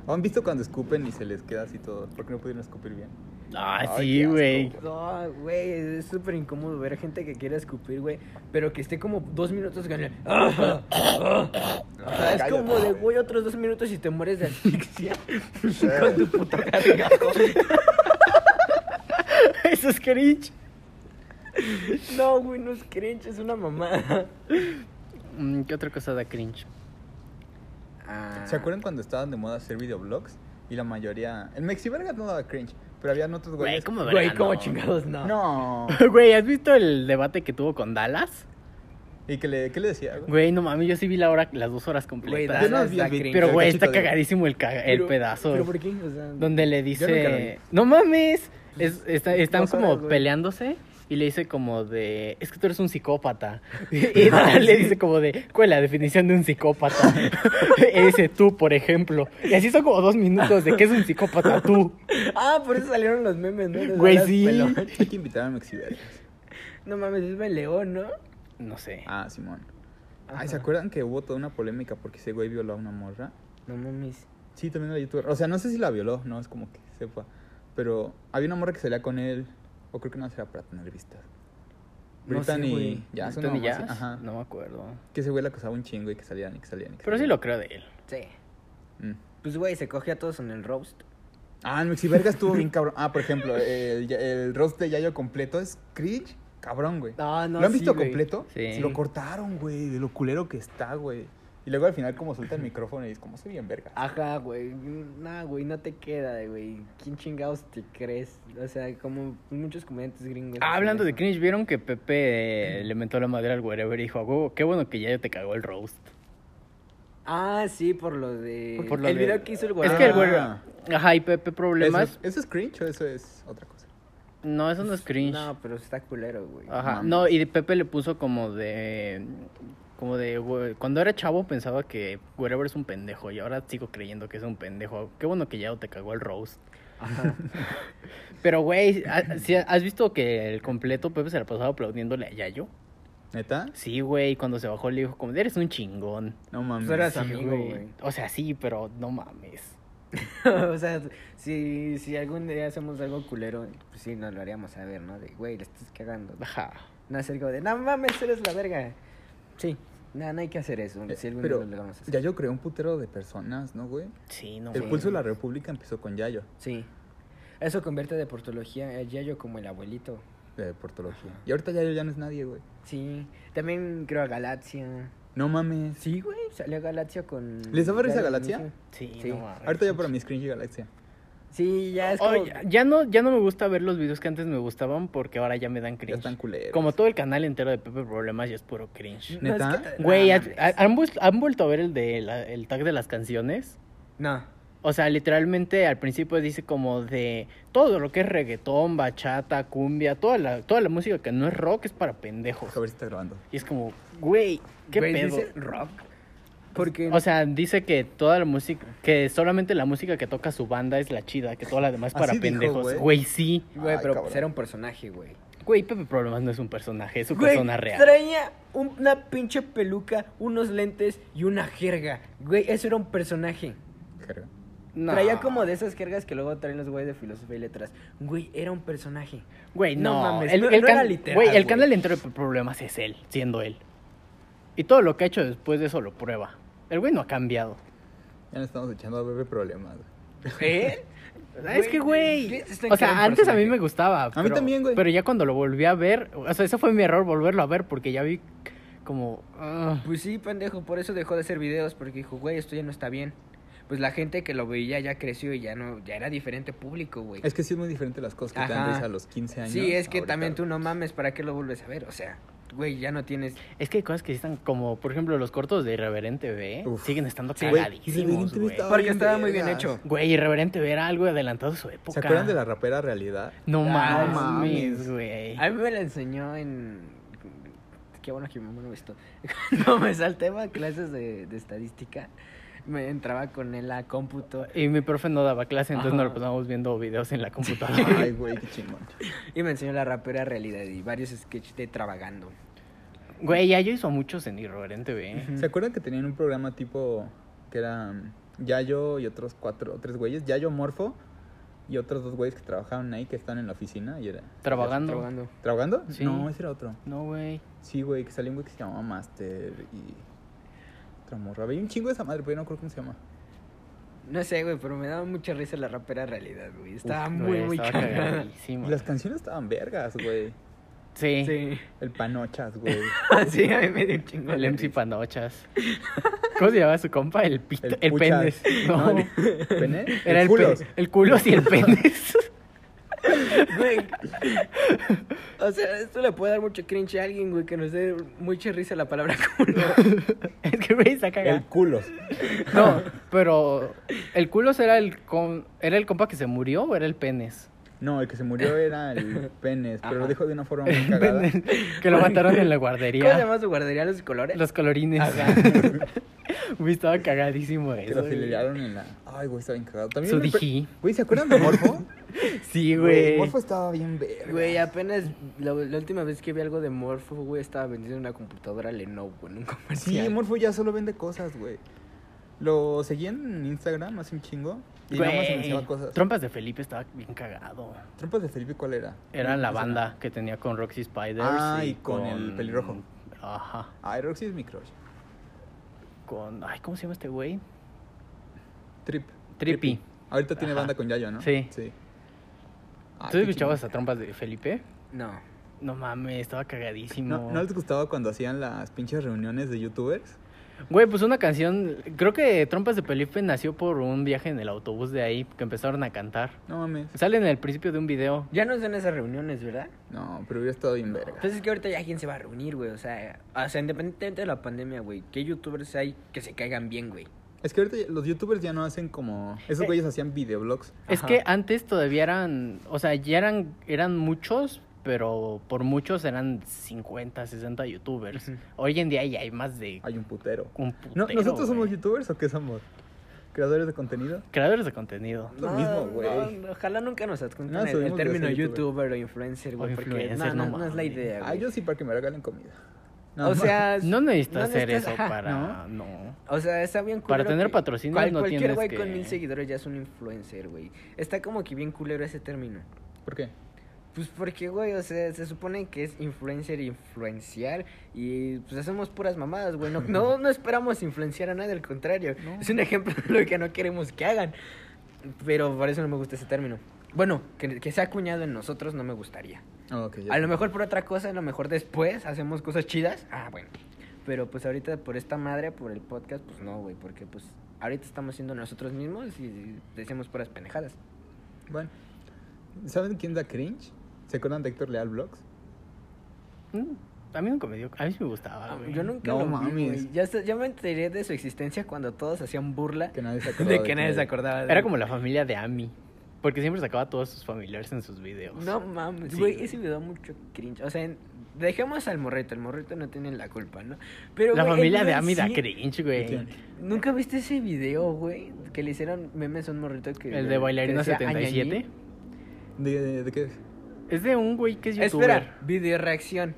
[SPEAKER 1] ¿O ¿Han visto cuando escupen y se les queda así todo? Porque no pudieron escupir bien.
[SPEAKER 2] Ah,
[SPEAKER 1] Ay, qué
[SPEAKER 2] sí,
[SPEAKER 1] asco,
[SPEAKER 2] güey.
[SPEAKER 3] No, güey, es súper incómodo ver gente que quiere escupir, güey, pero que esté como dos minutos ganando. Ah, es
[SPEAKER 1] cállate,
[SPEAKER 3] como de,
[SPEAKER 1] güey.
[SPEAKER 3] güey, otros dos minutos y te mueres de asfixia con tu puto gargajo.
[SPEAKER 2] Eso es cringe.
[SPEAKER 3] No, güey, no es cringe, es una mamada.
[SPEAKER 2] Mm, ¿Qué otra cosa da cringe?
[SPEAKER 3] Ah.
[SPEAKER 1] ¿Se acuerdan cuando estaban de moda hacer videoblogs? Y la mayoría... El Mexiverga no daba cringe, pero habían otros
[SPEAKER 2] Güey,
[SPEAKER 1] güeyes...
[SPEAKER 2] ¿cómo
[SPEAKER 3] Güey,
[SPEAKER 2] verga
[SPEAKER 3] como
[SPEAKER 2] no?
[SPEAKER 3] chingados, no.
[SPEAKER 1] No.
[SPEAKER 2] Güey, ¿has visto el debate que tuvo con Dallas?
[SPEAKER 1] ¿Y qué le, qué le decía? güey?
[SPEAKER 2] Güey, no mames, yo sí vi la hora, las dos horas
[SPEAKER 3] Güey,
[SPEAKER 2] completas.
[SPEAKER 1] Yo
[SPEAKER 3] da,
[SPEAKER 1] no
[SPEAKER 3] da-
[SPEAKER 1] vi
[SPEAKER 3] da
[SPEAKER 1] el vi-
[SPEAKER 3] cringe.
[SPEAKER 2] pero, güey,
[SPEAKER 1] cachito
[SPEAKER 2] está
[SPEAKER 1] de-
[SPEAKER 2] cagadísimo el, caga- el
[SPEAKER 3] Pero-
[SPEAKER 2] pedazo.
[SPEAKER 3] ¿Pero por qué? O sea,
[SPEAKER 2] Donde le
[SPEAKER 1] nunca lo vi.
[SPEAKER 2] dice, no mames, es- está- están
[SPEAKER 3] Dos
[SPEAKER 2] como
[SPEAKER 3] horas, güey.
[SPEAKER 2] peleándose y le dice como de, es que tú eres un psicópata. Y Dallas le dice como de, ¿cuál es la definición de un psicópata? y dice, tú, por ejemplo. Y así son como dos minutos de, ¿qué es un psicópata tú?
[SPEAKER 3] Ah, por eso salieron los memes, ¿no? De
[SPEAKER 2] Güey,
[SPEAKER 3] Dallas
[SPEAKER 2] sí.
[SPEAKER 3] pelón.
[SPEAKER 1] Hay que invitar a Mexiverga.
[SPEAKER 3] No mames, es León, ¿no?
[SPEAKER 2] No sé.
[SPEAKER 1] Ah, Simón. Ay, ¿se
[SPEAKER 3] Ajá.
[SPEAKER 1] acuerdan que hubo toda una polémica porque ese güey violó a una morra?
[SPEAKER 3] No mames.
[SPEAKER 1] Sí, también era youtuber. O sea, no sé si la violó, no es como que sepa. Pero había una morra que salía con él. O creo que no será para tener vistas.
[SPEAKER 3] No sé,
[SPEAKER 1] Brittany
[SPEAKER 3] güey.
[SPEAKER 1] ya,
[SPEAKER 2] Anthony Jazz,
[SPEAKER 1] Ajá.
[SPEAKER 2] No me acuerdo.
[SPEAKER 1] Que ese güey la acosaba un chingo y que salían y que salían. y que
[SPEAKER 2] Pero sí
[SPEAKER 1] salían.
[SPEAKER 2] lo creo de él.
[SPEAKER 3] Sí.
[SPEAKER 1] Mm.
[SPEAKER 3] Pues, güey, se coge a todos en el roast.
[SPEAKER 1] Ah, el Mexiverga estuvo bien cabrón. Ah, por ejemplo, el, el roast de Yayo completo es cringe, cabrón, güey.
[SPEAKER 3] No, Ah, no,
[SPEAKER 1] ¿Lo han
[SPEAKER 3] sí,
[SPEAKER 1] visto
[SPEAKER 3] güey.
[SPEAKER 1] completo?
[SPEAKER 2] Sí.
[SPEAKER 1] Se Lo cortaron, güey, de lo culero que está, güey. Y luego al final como suelta el micrófono y dice, como soy bien verga.
[SPEAKER 3] Ajá, güey. Nah, güey, no te queda, güey. ¿Quién chingados te crees? O sea, como muchos comediantes gringos.
[SPEAKER 2] Ah,
[SPEAKER 3] hacen
[SPEAKER 2] hablando de
[SPEAKER 3] eso.
[SPEAKER 2] cringe, ¿vieron que Pepe eh, le mentó la madera al wherever y dijo, a huevo, qué bueno que ya te cagó el roast?
[SPEAKER 3] Ah, sí, por lo de.
[SPEAKER 2] Por lo
[SPEAKER 3] el
[SPEAKER 2] de-
[SPEAKER 3] video que hizo el güey.
[SPEAKER 2] Es que el
[SPEAKER 1] Ah.
[SPEAKER 2] wherever... Ajá, y Pepe
[SPEAKER 1] ¿Eso
[SPEAKER 2] Problemas...
[SPEAKER 1] es, ¿Eso es cringe o eso es otra cosa?
[SPEAKER 2] No, eso no es cringe. Ah.
[SPEAKER 3] No, pero está culero, güey.
[SPEAKER 2] Ajá,
[SPEAKER 1] Mames.
[SPEAKER 2] no, y de Pepe le puso como de... Como de, güey, cuando era chavo pensaba que wherever es un pendejo y ahora sigo creyendo que es un pendejo. Qué bueno que ya te cagó el roast.
[SPEAKER 3] Ajá.
[SPEAKER 2] Pero, güey, ¿ha- si ¿has visto que el completo Pepe se la pasaba aplaudiéndole a Yayo?
[SPEAKER 1] ¿Neta?
[SPEAKER 2] Sí, güey, cuando se bajó le dijo como, eres un chingón.
[SPEAKER 1] No mames.
[SPEAKER 3] Pues era
[SPEAKER 2] Sí,
[SPEAKER 3] amigo, güey.
[SPEAKER 2] O sea, sí, pero no mames.
[SPEAKER 3] o sea, si, si algún día hacemos algo culero, pues sí, nos lo haríamos saber, ¿no? De, güey, le estás cagando.
[SPEAKER 2] Ajá.
[SPEAKER 3] No hacer como de, no mames, eres la verga. Sí, no, no hay que hacer eso.
[SPEAKER 1] Eh,
[SPEAKER 3] Si algún
[SPEAKER 1] pero
[SPEAKER 3] día lo vamos a hacer.
[SPEAKER 1] Yayo creó un putero de personas, ¿no, güey?
[SPEAKER 2] Sí, no
[SPEAKER 1] el
[SPEAKER 2] mames.
[SPEAKER 1] pulso de la república empezó con Yayo,
[SPEAKER 3] Sí. Eso convierte de portología a Yayo como el abuelito.
[SPEAKER 1] de portología. Y ahorita Yayo ya no es nadie, güey.
[SPEAKER 3] Sí, también creo a Galaxia.
[SPEAKER 1] No mames.
[SPEAKER 3] Sí, güey, salió Galaxia con...
[SPEAKER 1] ¿Les daba risa Galaxia?
[SPEAKER 3] Galaxia mismo.
[SPEAKER 2] Sí,
[SPEAKER 3] Sí.
[SPEAKER 2] no mames.
[SPEAKER 1] Ahorita ya para mí es cringe Galaxia.
[SPEAKER 3] Sí, ya es como...
[SPEAKER 2] Oye, ya no, ya no me gusta ver los videos que antes me gustaban porque ahora ya me dan
[SPEAKER 1] Ya
[SPEAKER 2] cringe.
[SPEAKER 1] están culeros.
[SPEAKER 2] Como todo el canal entero de Pepe Problemas ya es puro cringe.
[SPEAKER 3] No, es que-
[SPEAKER 1] ¿Neta?
[SPEAKER 2] Güey,
[SPEAKER 3] no,
[SPEAKER 2] ¿ha-
[SPEAKER 3] mames.
[SPEAKER 2] ha- ¿han, vuel- han vuelto a ver el de la- el tag de las canciones?
[SPEAKER 3] No.
[SPEAKER 2] O sea, literalmente al principio dice como de todo lo que es reggaetón, bachata, cumbia, toda la, toda la música que no es rock es para pendejos.
[SPEAKER 1] A ver si está grabando.
[SPEAKER 2] Y es como, güey, ¿qué
[SPEAKER 3] Güey,
[SPEAKER 2] pedo?
[SPEAKER 3] dice rock. Porque...
[SPEAKER 2] O sea, dice que toda la música, que solamente la música que toca su banda es la chida, que toda la demás es para
[SPEAKER 1] Así dijo,
[SPEAKER 2] pendejos.
[SPEAKER 1] güey.
[SPEAKER 2] güey, sí.
[SPEAKER 3] Güey,
[SPEAKER 1] Ay,
[SPEAKER 3] pero
[SPEAKER 1] cabrón.
[SPEAKER 3] pues era un personaje, güey.
[SPEAKER 2] Güey, Pepe Problemas no es un personaje, es su
[SPEAKER 3] Güey,
[SPEAKER 2] persona real.
[SPEAKER 3] traía un- una pinche peluca, unos lentes y una jerga. Güey, eso era un personaje.
[SPEAKER 1] Jerga.
[SPEAKER 2] No.
[SPEAKER 3] Traía como de esas jergas que luego traen los güeyes de filosofía y letras. Güey, era un personaje.
[SPEAKER 2] Güey,
[SPEAKER 3] No
[SPEAKER 2] no.
[SPEAKER 3] mames,
[SPEAKER 2] el,
[SPEAKER 3] no-
[SPEAKER 2] el
[SPEAKER 3] no era
[SPEAKER 2] can-
[SPEAKER 3] literal,
[SPEAKER 2] güey, el
[SPEAKER 3] güey.
[SPEAKER 2] canal entero de problemas es él, siendo él. Y todo lo que ha hecho después de eso lo prueba. El güey no ha cambiado.
[SPEAKER 1] Ya nos estamos echando a bebé problemas. güey.
[SPEAKER 3] ¿Eh?
[SPEAKER 2] es que, güey.
[SPEAKER 3] ¿qué? Está
[SPEAKER 2] O
[SPEAKER 3] increíble
[SPEAKER 2] sea,
[SPEAKER 3] el
[SPEAKER 2] antes a mí
[SPEAKER 3] personaje.
[SPEAKER 2] me gustaba. A
[SPEAKER 1] mí también, güey.
[SPEAKER 2] Pero ya cuando lo volví a ver, o sea, ese fue mi error, volverlo a ver, porque ya vi como. ah,
[SPEAKER 3] Pues sí, pendejo, por eso dejó de hacer videos, porque dijo, güey, esto ya no está bien. Pues la gente que lo veía ya creció y ya no, ya era diferente público, güey.
[SPEAKER 1] Es que sí es muy diferente las cosas que te dan
[SPEAKER 3] Ajá.
[SPEAKER 1] risa a los 15 años.
[SPEAKER 3] Sí, es que
[SPEAKER 1] ahorita.
[SPEAKER 3] también tú no
[SPEAKER 2] pues.
[SPEAKER 3] mames, ¿para qué lo vuelves a ver? O sea, güey, ya no tienes...
[SPEAKER 2] es que hay cosas que sí están como, por ejemplo, los cortos de Irreverente B
[SPEAKER 1] Uf.
[SPEAKER 2] siguen estando
[SPEAKER 1] Sí, güey,
[SPEAKER 2] cagadísimos,
[SPEAKER 1] Irreverente B
[SPEAKER 2] güey.
[SPEAKER 1] estaba-
[SPEAKER 3] Porque
[SPEAKER 1] bien
[SPEAKER 3] estaba muy bien
[SPEAKER 1] vergas.
[SPEAKER 3] hecho.
[SPEAKER 2] Güey, Irreverente B era algo adelantado a su época.
[SPEAKER 1] ¿Se acuerdan de la rapera realidad?
[SPEAKER 2] No
[SPEAKER 3] Ah,
[SPEAKER 1] no mames.
[SPEAKER 2] mames, güey.
[SPEAKER 3] A mí me la enseñó en... Qué bueno que mi mamá no ve esto. Cuando me saltaba clases de, de estadística, me entraba con él a cómputo
[SPEAKER 2] Y mi profe no daba clase, entonces nos
[SPEAKER 3] Ajá.
[SPEAKER 2] lo pasábamos viendo videos en la computadora.
[SPEAKER 1] Ay, güey, qué chingón.
[SPEAKER 3] y me enseñó la rapera realidad y varios sketches de trabagando.
[SPEAKER 2] Güey, ya yo hizo muchos en Irreverente, güey.
[SPEAKER 1] ¿Se acuerdan que tenían un programa tipo que era mm, Yayo y otros cuatro o tres güeyes? Yayo Morfo y otros dos güeyes que trabajaban ahí que estaban en la oficina y era.
[SPEAKER 2] Trabajando.
[SPEAKER 3] Trabagando.
[SPEAKER 1] ¿Trabajando?
[SPEAKER 2] Sí.
[SPEAKER 1] No, ese era otro.
[SPEAKER 2] No, güey.
[SPEAKER 1] Sí, güey, que salió un güey que se llamaba Master y. Otra morra. Había un chingo de esa madre, pero yo no creo cómo se llama.
[SPEAKER 3] No sé, güey, pero me daba mucha risa la rapera realidad, Ah, güey. Estaba
[SPEAKER 2] Uf,
[SPEAKER 3] muy,
[SPEAKER 2] güey,
[SPEAKER 3] muy
[SPEAKER 2] estaba
[SPEAKER 3] cagada.
[SPEAKER 2] cagadísimo.
[SPEAKER 1] Y las canciones estaban vergas, güey.
[SPEAKER 2] Sí.
[SPEAKER 3] Sí.
[SPEAKER 1] El Panochas, güey.
[SPEAKER 3] sí, a mí me dio un chingo. de
[SPEAKER 2] El MC
[SPEAKER 3] risa.
[SPEAKER 2] Panochas. ¿Cómo se llamaba su compa? El pito, el,
[SPEAKER 1] Puchas.
[SPEAKER 2] pendes. No.
[SPEAKER 1] el- ¿Pene?
[SPEAKER 2] Era el
[SPEAKER 1] Culos.
[SPEAKER 2] culos. El culos y el pendes.
[SPEAKER 3] Güey. O sea, esto le puede dar mucho cringe a alguien, güey, que nos dé mucha risa la palabra culo.
[SPEAKER 2] es que güey está
[SPEAKER 1] El
[SPEAKER 2] cagado.
[SPEAKER 1] culos.
[SPEAKER 2] No, pero el culos era el com- era el compa que se murió o era el penes.
[SPEAKER 1] No, el que se murió era el penes, pero lo
[SPEAKER 3] Ajá.
[SPEAKER 1] dijo de una forma muy cagada.
[SPEAKER 2] que lo mataron en la
[SPEAKER 3] ¿Cómo se
[SPEAKER 2] guardería.
[SPEAKER 3] llama su guardería los colores?
[SPEAKER 2] Los colorines. Güey, estaba cagadísimo
[SPEAKER 1] Que
[SPEAKER 2] eso.
[SPEAKER 1] lo
[SPEAKER 2] güey.
[SPEAKER 1] afiliaron en la. Ay, güey, estaba bien cagado. También
[SPEAKER 2] Su
[SPEAKER 1] me pre-
[SPEAKER 2] dijí.
[SPEAKER 1] Güey, ¿se acuerdan de Morfo?
[SPEAKER 2] Sí, güey.
[SPEAKER 1] Morfo estaba bien verga.
[SPEAKER 3] Güey, apenas la, la última vez que vi algo de Morpho, güey, estaba vendiendo una computadora Lenovo en un
[SPEAKER 1] Sí,
[SPEAKER 3] comercial.
[SPEAKER 1] Morfo ya solo vende cosas, güey. Lo seguí en Instagram hace un chingo. Y nada más
[SPEAKER 2] Güey,
[SPEAKER 1] anunciaba cosas.
[SPEAKER 2] Trompas de Felipe estaba bien cagado.
[SPEAKER 1] ¿Trompas de Felipe cuál era?
[SPEAKER 2] Era la
[SPEAKER 1] No sé.
[SPEAKER 2] banda que tenía con Roxy Spiders.
[SPEAKER 1] pues, Ah, y con el pelirrojo.
[SPEAKER 2] Ajá.
[SPEAKER 1] Ah, Roxy es mi crush.
[SPEAKER 2] Con. Ay, ¿cómo se llama este güey?
[SPEAKER 1] Trip.
[SPEAKER 2] Trippy.
[SPEAKER 1] Ahorita tiene
[SPEAKER 2] Ajá.
[SPEAKER 1] banda con Yayo, ¿no?
[SPEAKER 2] Sí.
[SPEAKER 1] Sí. Ah,
[SPEAKER 2] ¿Tú
[SPEAKER 1] qué
[SPEAKER 2] escuchabas a
[SPEAKER 1] chingón.
[SPEAKER 2] Trompas de Felipe?
[SPEAKER 3] No.
[SPEAKER 2] No mames, estaba cagadísimo.
[SPEAKER 1] ¿No, ¿No les gustaba cuando hacían las pinches reuniones de youtubers?
[SPEAKER 2] Güey, pues una canción. Creo que Trompas de Felipe nació por un viaje en el autobús de ahí que empezaron a cantar.
[SPEAKER 1] No mames.
[SPEAKER 2] Sale en el principio de un video.
[SPEAKER 3] Ya no son esas reuniones, ¿verdad?
[SPEAKER 1] No, pero hubiera estado bien verga.
[SPEAKER 3] Entonces es que ahorita ya quién se va a reunir, güey. O sea, o sea, independientemente de la pandemia, güey, ¿qué youtubers hay que se caigan bien, güey?
[SPEAKER 1] Es que ahorita ya- los youtubers ya no hacen como. Esos
[SPEAKER 2] Eh.
[SPEAKER 1] güeyes hacían videoblogs.
[SPEAKER 2] Es
[SPEAKER 3] Ajá.
[SPEAKER 2] que antes todavía eran, o sea, ya eran, eran muchos, pero por muchos eran 50, 60 youtubers.
[SPEAKER 3] Ujú.
[SPEAKER 2] Hoy en día ya hay más de
[SPEAKER 1] Hay un putero.
[SPEAKER 2] un
[SPEAKER 1] No,
[SPEAKER 2] putero,
[SPEAKER 1] ¿Nosotros somos
[SPEAKER 2] güey.
[SPEAKER 1] youtubers o qué somos? ¿Creadores de contenido?
[SPEAKER 2] creadores de contenido.
[SPEAKER 1] Lo mismo, güey.
[SPEAKER 3] no, ojalá nunca nos
[SPEAKER 1] No,
[SPEAKER 3] adjunten el, el
[SPEAKER 1] subimos de
[SPEAKER 3] término
[SPEAKER 1] ser youtuber.
[SPEAKER 3] youtuber o influencer,
[SPEAKER 2] O
[SPEAKER 3] güey. porque
[SPEAKER 2] influencer,
[SPEAKER 3] no,
[SPEAKER 2] no
[SPEAKER 3] no, no es la
[SPEAKER 2] mames.
[SPEAKER 3] idea, güey.
[SPEAKER 1] Ah, yo sí, para que me regalen comida. No, ma-
[SPEAKER 3] o sea,
[SPEAKER 2] No necesitas
[SPEAKER 3] no
[SPEAKER 2] hacer
[SPEAKER 3] necesitas-
[SPEAKER 2] eso
[SPEAKER 3] ajá,
[SPEAKER 2] para, no.
[SPEAKER 3] O sea, está bien culero.
[SPEAKER 2] Para tener
[SPEAKER 3] que
[SPEAKER 2] patrocinios no
[SPEAKER 3] Cualquier
[SPEAKER 2] tienes
[SPEAKER 3] güey con
[SPEAKER 2] que-
[SPEAKER 3] mil seguidores ya es un influencer, güey. Está como que bien culero ese término.
[SPEAKER 1] ¿Por qué?
[SPEAKER 3] Pues porque, güey, o sea, se supone que es influencer influenciar y pues hacemos puras mamadas, güey. No, no, no esperamos influenciar a nadie, al contrario.
[SPEAKER 1] No.
[SPEAKER 3] Es un ejemplo de lo que no queremos que hagan. Pero por eso no me gusta ese término. Bueno, que, que sea acuñado en nosotros no me gustaría.
[SPEAKER 1] Ah, ok, ya.
[SPEAKER 3] A lo mejor por otra cosa, a lo mejor después hacemos cosas chidas. Ah, bueno. Pero pues ahorita por esta madre, por el podcast, pues no, güey, porque pues ahorita estamos siendo nosotros mismos y decimos puras pendejadas.
[SPEAKER 1] Bueno, ¿saben quién da cringe? ¿Se acuerdan de Héctor Leal Vlogs?
[SPEAKER 2] Mm, A mí nunca me dio. A mí sí me gustaba, Ah, güey.
[SPEAKER 3] Ah, Yo nunca
[SPEAKER 1] No
[SPEAKER 3] lo vi,
[SPEAKER 1] mames.
[SPEAKER 3] güey. Ya, se- ya me enteré de su existencia cuando todos hacían burla
[SPEAKER 1] Que nadie se acordaba.
[SPEAKER 3] de que
[SPEAKER 1] quién
[SPEAKER 3] nadie se
[SPEAKER 1] era.
[SPEAKER 3] acordaba de
[SPEAKER 2] Era
[SPEAKER 3] él.
[SPEAKER 2] como la familia de Ami. Porque siempre sacaba a todos sus familiares en sus videos.
[SPEAKER 3] No mames,
[SPEAKER 2] Sí,
[SPEAKER 3] güey,
[SPEAKER 2] güey.
[SPEAKER 3] ese me da mucho cringe. O sea, en- dejemos al morrito, el morrito no tiene la culpa, ¿no? Pero
[SPEAKER 2] la
[SPEAKER 3] güey, el
[SPEAKER 2] familia de
[SPEAKER 3] video
[SPEAKER 2] Ami da
[SPEAKER 3] sí-
[SPEAKER 2] cringe, güey.
[SPEAKER 1] ¿Quién?
[SPEAKER 3] ¿Nunca viste ese video, güey? Que le hicieron memes a un morrito que
[SPEAKER 2] El de Bailarina
[SPEAKER 3] que decía
[SPEAKER 2] 77.
[SPEAKER 3] Añañí.
[SPEAKER 1] ¿De, de, de qué?
[SPEAKER 2] Es de un güey que es youtuber.
[SPEAKER 3] Espera, video reacción.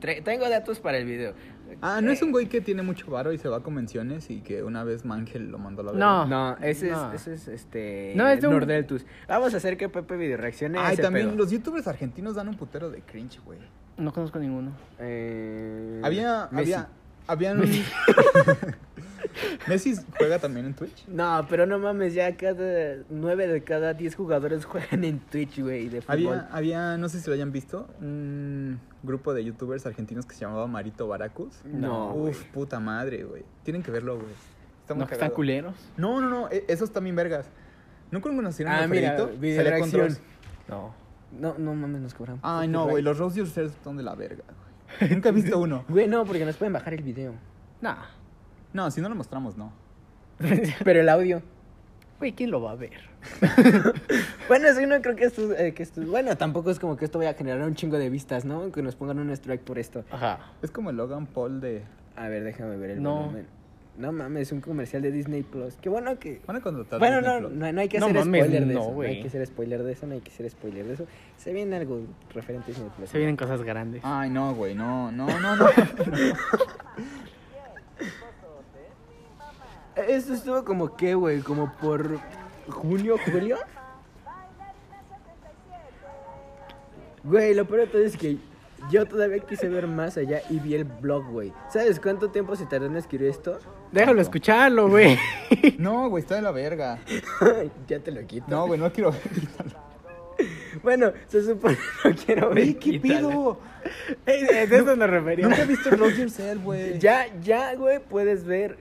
[SPEAKER 3] Tra- tengo datos para el video. Eh,
[SPEAKER 1] Ah, ¿no es un güey que tiene mucho varo y se va a convenciones y que una vez Mangel lo mandó a la
[SPEAKER 2] No.
[SPEAKER 3] No, ese
[SPEAKER 2] No.
[SPEAKER 3] es, ese es este.
[SPEAKER 2] No, es de un-
[SPEAKER 3] Nordeltus. Vamos a hacer que Pepe video reaccione. a
[SPEAKER 1] Ay,
[SPEAKER 3] ese
[SPEAKER 1] también
[SPEAKER 3] pedo.
[SPEAKER 1] los youtubers argentinos dan un putero de cringe, güey.
[SPEAKER 2] No conozco ninguno.
[SPEAKER 3] Eh,
[SPEAKER 1] Había,
[SPEAKER 3] Messi.
[SPEAKER 1] había, habían... Messi juega también en Twitch.
[SPEAKER 3] No, pero no mames, ya cada nueve de cada diez jugadores juegan en Twitch, güey, de fútbol.
[SPEAKER 1] Había, había, no sé si lo hayan visto, un grupo de youtubers argentinos que se llamaba Marito Baracus.
[SPEAKER 3] No,
[SPEAKER 1] Uf, puta madre, güey. Tienen que verlo, güey. Está muy
[SPEAKER 2] No, que están
[SPEAKER 1] cagado.
[SPEAKER 2] culeros.
[SPEAKER 1] No, no, no, e- esos también vergas. ¿No conocieron
[SPEAKER 3] Ah,
[SPEAKER 1] a
[SPEAKER 3] mira,
[SPEAKER 1] Fredito?
[SPEAKER 3] video
[SPEAKER 1] Salía con
[SPEAKER 3] reacción.
[SPEAKER 1] Dross.
[SPEAKER 2] No.
[SPEAKER 3] No, no mames, nos cobramos.
[SPEAKER 1] Ay, no, güey, los Rose Yourself son de la verga, güey. Nunca he visto uno.
[SPEAKER 3] Güey, no, porque nos pueden bajar el video.
[SPEAKER 2] No.
[SPEAKER 1] No, si no lo mostramos, no.
[SPEAKER 3] Pero el audio.
[SPEAKER 2] Güey, ¿quién lo va a ver?
[SPEAKER 3] Bueno, sí, no creo que esto, eh, que esto... Bueno, tampoco es como que esto vaya a generar un chingo de vistas, ¿no? Que nos pongan un strike por esto.
[SPEAKER 2] Ajá.
[SPEAKER 1] Es como el Logan Paul de...
[SPEAKER 3] A ver, déjame ver el
[SPEAKER 2] No.
[SPEAKER 3] volumen. No mames, un comercial de Disney Plus. Qué bueno que...
[SPEAKER 1] Van a contratar
[SPEAKER 3] Bueno,
[SPEAKER 1] Disney
[SPEAKER 3] no,
[SPEAKER 1] Plus.
[SPEAKER 3] no, no hay que
[SPEAKER 2] No
[SPEAKER 3] hacer
[SPEAKER 2] mames,
[SPEAKER 3] spoiler de
[SPEAKER 2] no,
[SPEAKER 3] eso. No
[SPEAKER 2] güey.
[SPEAKER 3] hay que hacer spoiler de eso, no hay que hacer spoiler de eso. Se viene algo referente a Disney Plus.
[SPEAKER 2] Se vienen cosas grandes.
[SPEAKER 3] Ah,
[SPEAKER 1] Ay, no, güey, no, no, no, no.
[SPEAKER 3] Esto estuvo como que, güey, como por junio, julio. Güey, lo peor de todo es que yo todavía quise ver más allá y vi el blog, güey. ¿Sabes cuánto tiempo se tardó en escribir esto?
[SPEAKER 2] Déjalo escucharlo, güey.
[SPEAKER 1] No, güey, está de la verga.
[SPEAKER 3] ya te lo quito.
[SPEAKER 1] No, güey, no quiero ver.
[SPEAKER 3] Bueno, se supone que no quiero ver.
[SPEAKER 1] ¿Qué
[SPEAKER 3] quítalo.
[SPEAKER 1] pido?
[SPEAKER 2] Eh, eh, De eso nos referimos.
[SPEAKER 1] Nunca he visto el Rose Yourself, güey.
[SPEAKER 3] Ya, ya, güey, puedes ver.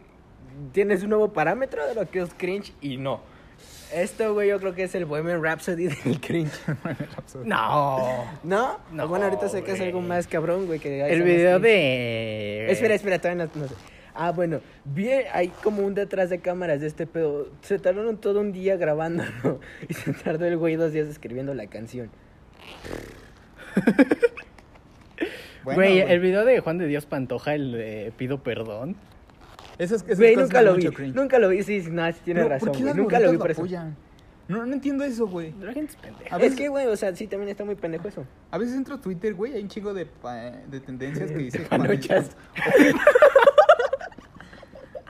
[SPEAKER 3] Tienes un nuevo parámetro de lo que es cringe y no. Esto, güey, yo creo que es el Bohemian Rhapsody del cringe.
[SPEAKER 2] No.
[SPEAKER 3] ¿No?
[SPEAKER 2] No,
[SPEAKER 3] bueno, ahorita sé que es
[SPEAKER 2] güey.
[SPEAKER 3] algo más cabrón, güey. Que
[SPEAKER 2] El video de.
[SPEAKER 3] Espera, espera, todavía no, no sé. Ah, bueno, vi hay como un detrás de cámaras de este pedo. Se tardaron todo un día grabándolo. Y se tardó el güey dos días escribiendo la canción.
[SPEAKER 1] Bueno,
[SPEAKER 2] güey, el video de Juan de Dios Pantoja, el de Pido Perdón.
[SPEAKER 1] Esas, esas
[SPEAKER 3] Güey,
[SPEAKER 1] cosas
[SPEAKER 3] nunca
[SPEAKER 1] dan
[SPEAKER 3] lo vi.
[SPEAKER 1] mucho cringe.
[SPEAKER 3] Nunca lo vi, sí, sí, no, sí tiene
[SPEAKER 1] No, ¿por
[SPEAKER 3] razón.
[SPEAKER 1] qué
[SPEAKER 3] güey,
[SPEAKER 1] las
[SPEAKER 3] Nunca lo vi
[SPEAKER 1] morritas
[SPEAKER 3] por eso.
[SPEAKER 1] apoyan? No, no entiendo eso, güey.
[SPEAKER 2] La gente es pendeja.
[SPEAKER 1] A
[SPEAKER 3] Es
[SPEAKER 1] veces,
[SPEAKER 3] que, güey, o sea, sí, también está muy pendejo eso.
[SPEAKER 1] a veces entro a Twitter, güey, hay un chingo de, pa- de tendencias que dice
[SPEAKER 3] panochas.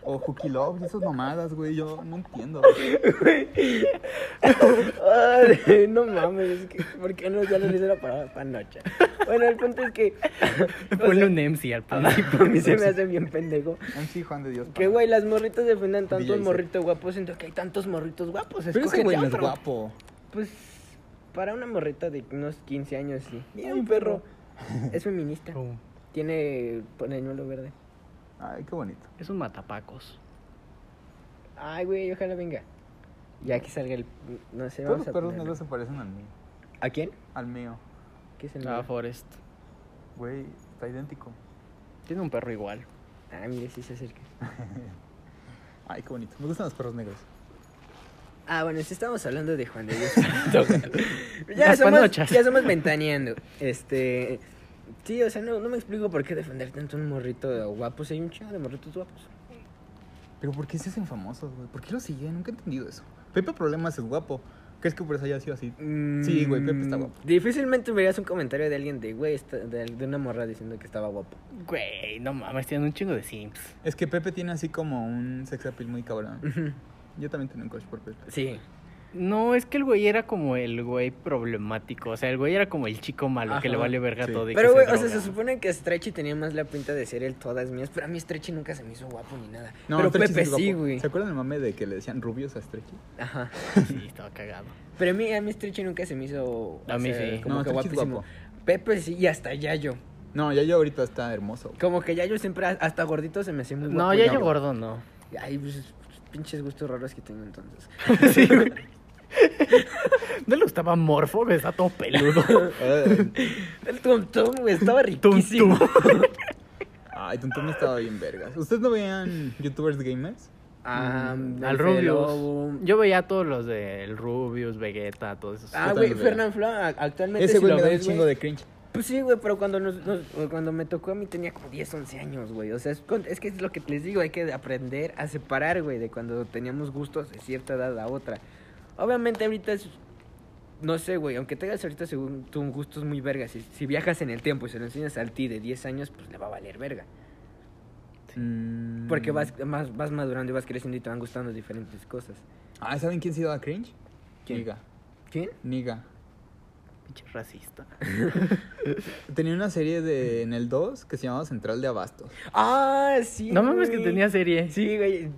[SPEAKER 1] O Hooky Love y esas mamadas, güey. Yo no entiendo. güey.
[SPEAKER 3] Ay, no mames, es que, ¿por qué no ya no le hice la palabra panocha? Bueno, el punto es que.
[SPEAKER 2] Ponle un MC al principio.
[SPEAKER 3] A mí se me hace bien pendejo.
[SPEAKER 1] MC Juan de Dios.
[SPEAKER 3] Que,
[SPEAKER 1] pa-
[SPEAKER 3] güey, las morritas defiendan tanto
[SPEAKER 1] DJ
[SPEAKER 3] un morrito guapo. Siento que hay tantos morritos guapos.
[SPEAKER 1] Pero ese
[SPEAKER 3] escógete
[SPEAKER 1] güey no es
[SPEAKER 3] otro.
[SPEAKER 1] guapo.
[SPEAKER 3] Pues, para una morrita de unos 15 años, sí. Mira,
[SPEAKER 1] Ay,
[SPEAKER 3] un perro. Es feminista.
[SPEAKER 2] Oh,
[SPEAKER 3] Tiene pañuelo verde.
[SPEAKER 1] Ay, qué bonito.
[SPEAKER 2] Es un matapacos.
[SPEAKER 3] Ay, güey, ojalá venga. Ya que salga el. No sé,
[SPEAKER 1] Todos
[SPEAKER 3] vamos
[SPEAKER 1] los perros
[SPEAKER 3] a. ponerlo.
[SPEAKER 1] negros se parecen al mío.
[SPEAKER 3] ¿A quién?
[SPEAKER 1] Al mío.
[SPEAKER 3] ¿Qué es el
[SPEAKER 2] Ah,
[SPEAKER 3] negro?
[SPEAKER 2] Forest.
[SPEAKER 1] Güey, está idéntico.
[SPEAKER 2] Tiene un perro igual.
[SPEAKER 3] Ah, mire, sí se acerca.
[SPEAKER 1] Ay, qué bonito. Me gustan los perros negros.
[SPEAKER 3] Ah, bueno, si estamos hablando de Juan de Dios. ya,
[SPEAKER 2] Las
[SPEAKER 3] somos,
[SPEAKER 2] panochas.
[SPEAKER 3] ya somos ventaneando. Este. Sí, o sea, no, no me explico por qué defender tanto un morrito guapo. Si hay un chingo de morritos guapos.
[SPEAKER 1] Pero ¿por qué se hacen famosos, güey? ¿Por qué lo siguen? Nunca he entendido eso. Pepe Problemas es guapo. ¿Crees que por eso haya sido así? Sí, güey, Pepe está guapo.
[SPEAKER 3] Mm, Difícilmente verías un comentario de alguien de, güey, está- de, de una morra diciendo que estaba guapo.
[SPEAKER 2] Güey, no mames, tienen un chingo de sims.
[SPEAKER 1] Es que Pepe tiene así como un sex appeal muy cabrón. Yo también tenía un crush por Pepe.
[SPEAKER 3] Sí.
[SPEAKER 2] No, es que el güey era como el güey problemático. O sea, el güey era como el chico malo que
[SPEAKER 3] Ajá.
[SPEAKER 2] le vale verga
[SPEAKER 1] Sí.
[SPEAKER 2] todo. y que
[SPEAKER 3] Pero, güey, o
[SPEAKER 2] droga.
[SPEAKER 3] sea, se supone que Stretchy tenía más la pinta de ser el todas mías. Pero a mí Stretchy nunca se me hizo guapo ni nada. pero
[SPEAKER 1] Stretchy
[SPEAKER 3] Pepe
[SPEAKER 1] es guapo.
[SPEAKER 3] sí, güey.
[SPEAKER 1] ¿Se acuerdan del mame de que le decían rubios a Stretchy?
[SPEAKER 3] Ajá.
[SPEAKER 2] Sí, estaba cagado.
[SPEAKER 3] Pero a mí, a mí Stretchy nunca se me hizo.
[SPEAKER 2] A mí
[SPEAKER 3] o sea,
[SPEAKER 2] sí.
[SPEAKER 3] Como
[SPEAKER 1] No,
[SPEAKER 3] que
[SPEAKER 1] Stretchy es
[SPEAKER 3] guapísimo.
[SPEAKER 1] guapo.
[SPEAKER 3] Pepe sí, y hasta Yayo.
[SPEAKER 1] No, ya yo ahorita está hermoso. güey.
[SPEAKER 3] Como que Yayo siempre, hasta gordito se me hacía muy guapo.
[SPEAKER 2] No, ya yo gordo no.
[SPEAKER 3] Ay, pues, pinches gustos raros que tengo entonces.
[SPEAKER 2] No le gustaba Morfo, güey, está todo peludo.
[SPEAKER 1] Ay,
[SPEAKER 3] El Tum Tum, güey, estaba
[SPEAKER 2] Tum,
[SPEAKER 3] riquísimo.
[SPEAKER 2] tum.
[SPEAKER 1] Ay, Tontum estaba bien vergas. ¿Ustedes no veían YouTubers Gamers?
[SPEAKER 3] Ah, el
[SPEAKER 2] Mm, Al
[SPEAKER 3] Fede
[SPEAKER 2] Rubius.
[SPEAKER 3] Lobo.
[SPEAKER 2] Yo veía a todos los del Rubius, Vegeta, todos esos.
[SPEAKER 3] Ah,
[SPEAKER 1] Yo
[SPEAKER 3] güey,
[SPEAKER 1] también lo
[SPEAKER 3] Fernán Flo, a- actualmente
[SPEAKER 1] Ese
[SPEAKER 3] si
[SPEAKER 1] güey
[SPEAKER 3] lo
[SPEAKER 1] me da un
[SPEAKER 3] ves, güey,
[SPEAKER 1] chingo de cringe.
[SPEAKER 3] Pues sí, güey, pero cuando, nos, nos- cuando me tocó a mí tenía como 10, 11 años, güey. O sea, es, con- es que es lo que les digo, hay que aprender a separar, güey, de cuando teníamos gustos de cierta edad a otra. Obviamente ahorita es... No sé, güey, aunque tengas ahorita según tu gustos muy vergas, si, si viajas en el tiempo y se lo enseñas al ti de 10 años, pues le va a valer verga.
[SPEAKER 1] Mm.
[SPEAKER 3] Porque vas, más, vas madurando y vas creciendo y te van gustando diferentes cosas.
[SPEAKER 1] Ah, ¿saben quién se daba cringe?
[SPEAKER 3] ¿Quién?
[SPEAKER 1] Niga.
[SPEAKER 3] ¿Quién?
[SPEAKER 1] Niga.
[SPEAKER 2] Pinche racista.
[SPEAKER 1] Tenía una serie de, en el 2 que se llamaba Central de Abastos.
[SPEAKER 3] Ah, sí.
[SPEAKER 2] No mames que
[SPEAKER 3] güey.
[SPEAKER 2] tenía serie.
[SPEAKER 3] Sí, güey.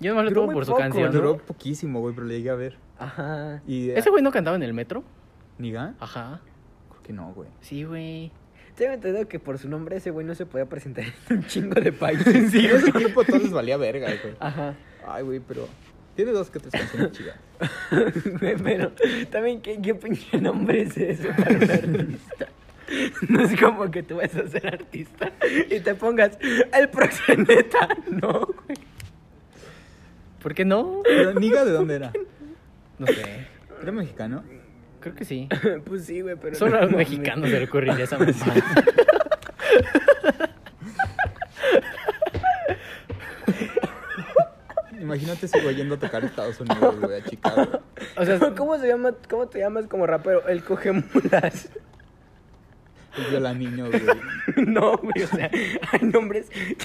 [SPEAKER 2] Yo nomás lo
[SPEAKER 3] Duró
[SPEAKER 2] tomo
[SPEAKER 3] muy
[SPEAKER 2] por su
[SPEAKER 3] poco,
[SPEAKER 2] canción.
[SPEAKER 3] ¿no?
[SPEAKER 1] Duró poquísimo, güey, pero le llegué a ver.
[SPEAKER 3] Ajá.
[SPEAKER 1] Y, ah,
[SPEAKER 2] ¿Ese güey no cantaba en el metro?
[SPEAKER 1] ¿Niga?
[SPEAKER 2] Ajá.
[SPEAKER 1] Creo que no, güey.
[SPEAKER 2] Sí, güey.
[SPEAKER 3] Tengo entendido que por su nombre ese güey no se podía presentar en un chingo de países.
[SPEAKER 1] Sí, ese grupo a todos les valía verga, güey.
[SPEAKER 3] Ajá.
[SPEAKER 1] Ay, güey, pero tiene dos que tres canciones chidas.
[SPEAKER 3] Güey, Pero también, ¿qué, qué pinche nombre es ese para un artista? No es como que tú vas a ser artista y te pongas el proxeneta. No, güey.
[SPEAKER 2] ¿Por qué no?
[SPEAKER 1] Pero Niga, ¿de dónde era?
[SPEAKER 2] No sé.
[SPEAKER 1] ¿Era mexicano?
[SPEAKER 2] Creo que sí.
[SPEAKER 3] Pues sí, güey, pero.
[SPEAKER 2] Solo a los
[SPEAKER 3] no mames.
[SPEAKER 2] mexicanos se le ocurriría esa mamada.
[SPEAKER 1] Imagínate ese güey yendo a tocar a Estados Unidos, güey, a Chicago.
[SPEAKER 2] O sea,
[SPEAKER 3] ¿Cómo, se llama, ¿Cómo te llamas como rapero? El coge mulas.
[SPEAKER 1] Y yo la niño, güey.
[SPEAKER 3] No, güey, o sea, hay nombres que